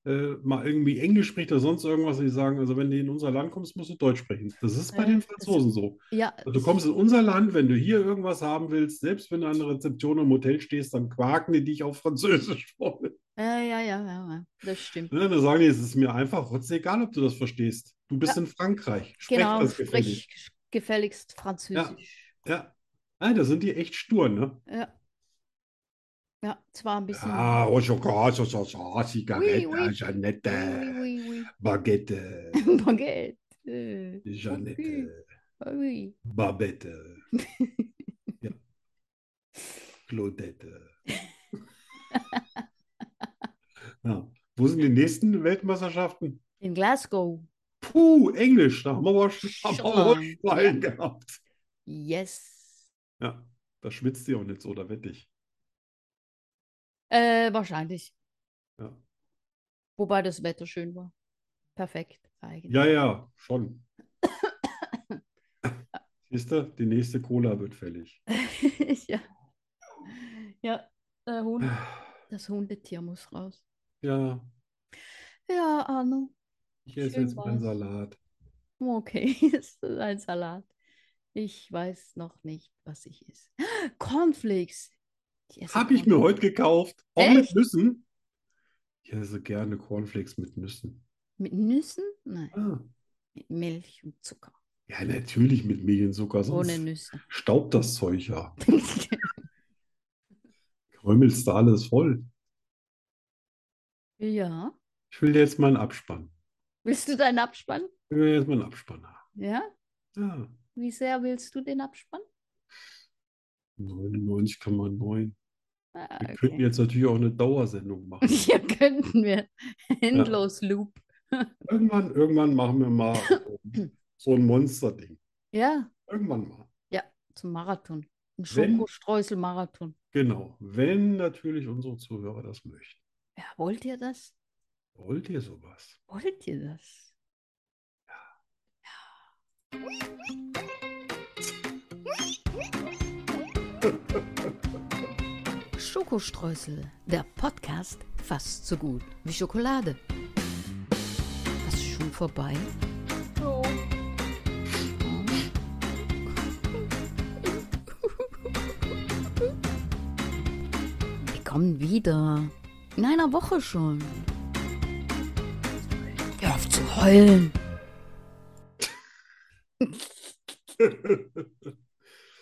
äh, mal irgendwie Englisch spricht oder sonst irgendwas. Die sagen, also wenn du in unser Land kommst, musst du Deutsch sprechen. Das ist bei Äh, den das- Franzosen so. Ja, Also Du kommst in unser Land, wenn du hier irgendwas haben willst, selbst wenn du an der Rezeption im Hotel stehst, dann quaken die dich auf Französisch vor. ja, ja, ja, ja, ja, das stimmt. Ne, dann sagen die, es ist mir einfach rotzegal, ob du das verstehst. Du bist in Frankreich. Sprech Genau, das sprich gefälligst. sch- gefälligst Französisch. Ja. Nein, da sind die echt stur, ne? Ja. Ja, zwar ein bisschen. Ah, oh, Schokolade, so, so, so, Zigarette, ah, Oui, oui. Jeanette, Oui, oui, oui, Baguette, oui. Baguette. Äh, Jeanette, Okay. ah oui. Babette, ja. Claudette. ja. Wo sind die nächsten Weltmeisterschaften? In Glasgow. Puh, Englisch, da haben wir aber schon, haben wir aber Schon. Schwein gehabt. Yes. Ja, da schwitzt ihr auch nicht so, da wette ich. Äh, wahrscheinlich. Ja. Wobei das Wetter schön war. Perfekt eigentlich. Ja, ja, schon. Siehst du, die nächste Cola wird fällig. ja. Ja, der Hund, das Hundetier muss raus. Ja, Ja, Arno. ich esse Schön jetzt meinen war's. Salat. Okay, es ist ein Salat. Ich weiß noch nicht, was ich esse. Cornflakes. Ich esse Habe ich mir heute gekauft. Auch mit Echt? Nüssen. Ich esse gerne Cornflakes mit Nüssen. Mit Nüssen? Nein, Ah. mit Milch und Zucker. Ja, natürlich mit Milch und Zucker, Ohne sonst Nüsse. staubt das Zeug ja. Krümelst da alles voll. Ja. Ich will jetzt mal einen Abspann. Willst du deinen Abspann? Ich will jetzt mal einen Abspann haben. Ja. Ja, Wie sehr willst du den Abspann? 99,9. Ah, Wir könnten okay. jetzt natürlich auch eine Dauersendung machen. Hier könnten wir endlos Loop. Irgendwann, irgendwann machen wir mal so- so ein Monsterding. Ja, Irgendwann mal. zum Marathon. Ein Wenn- Schokostreusel-Marathon. Genau. Wenn natürlich unsere Zuhörer das möchten. Ja, wollt ihr das? Wollt ihr sowas? Wollt ihr das? Schokostreusel, der Podcast fast so gut wie Schokolade. Was ist schon vorbei? Wir kommen wieder. In einer Woche schon. Hör auf zu heulen.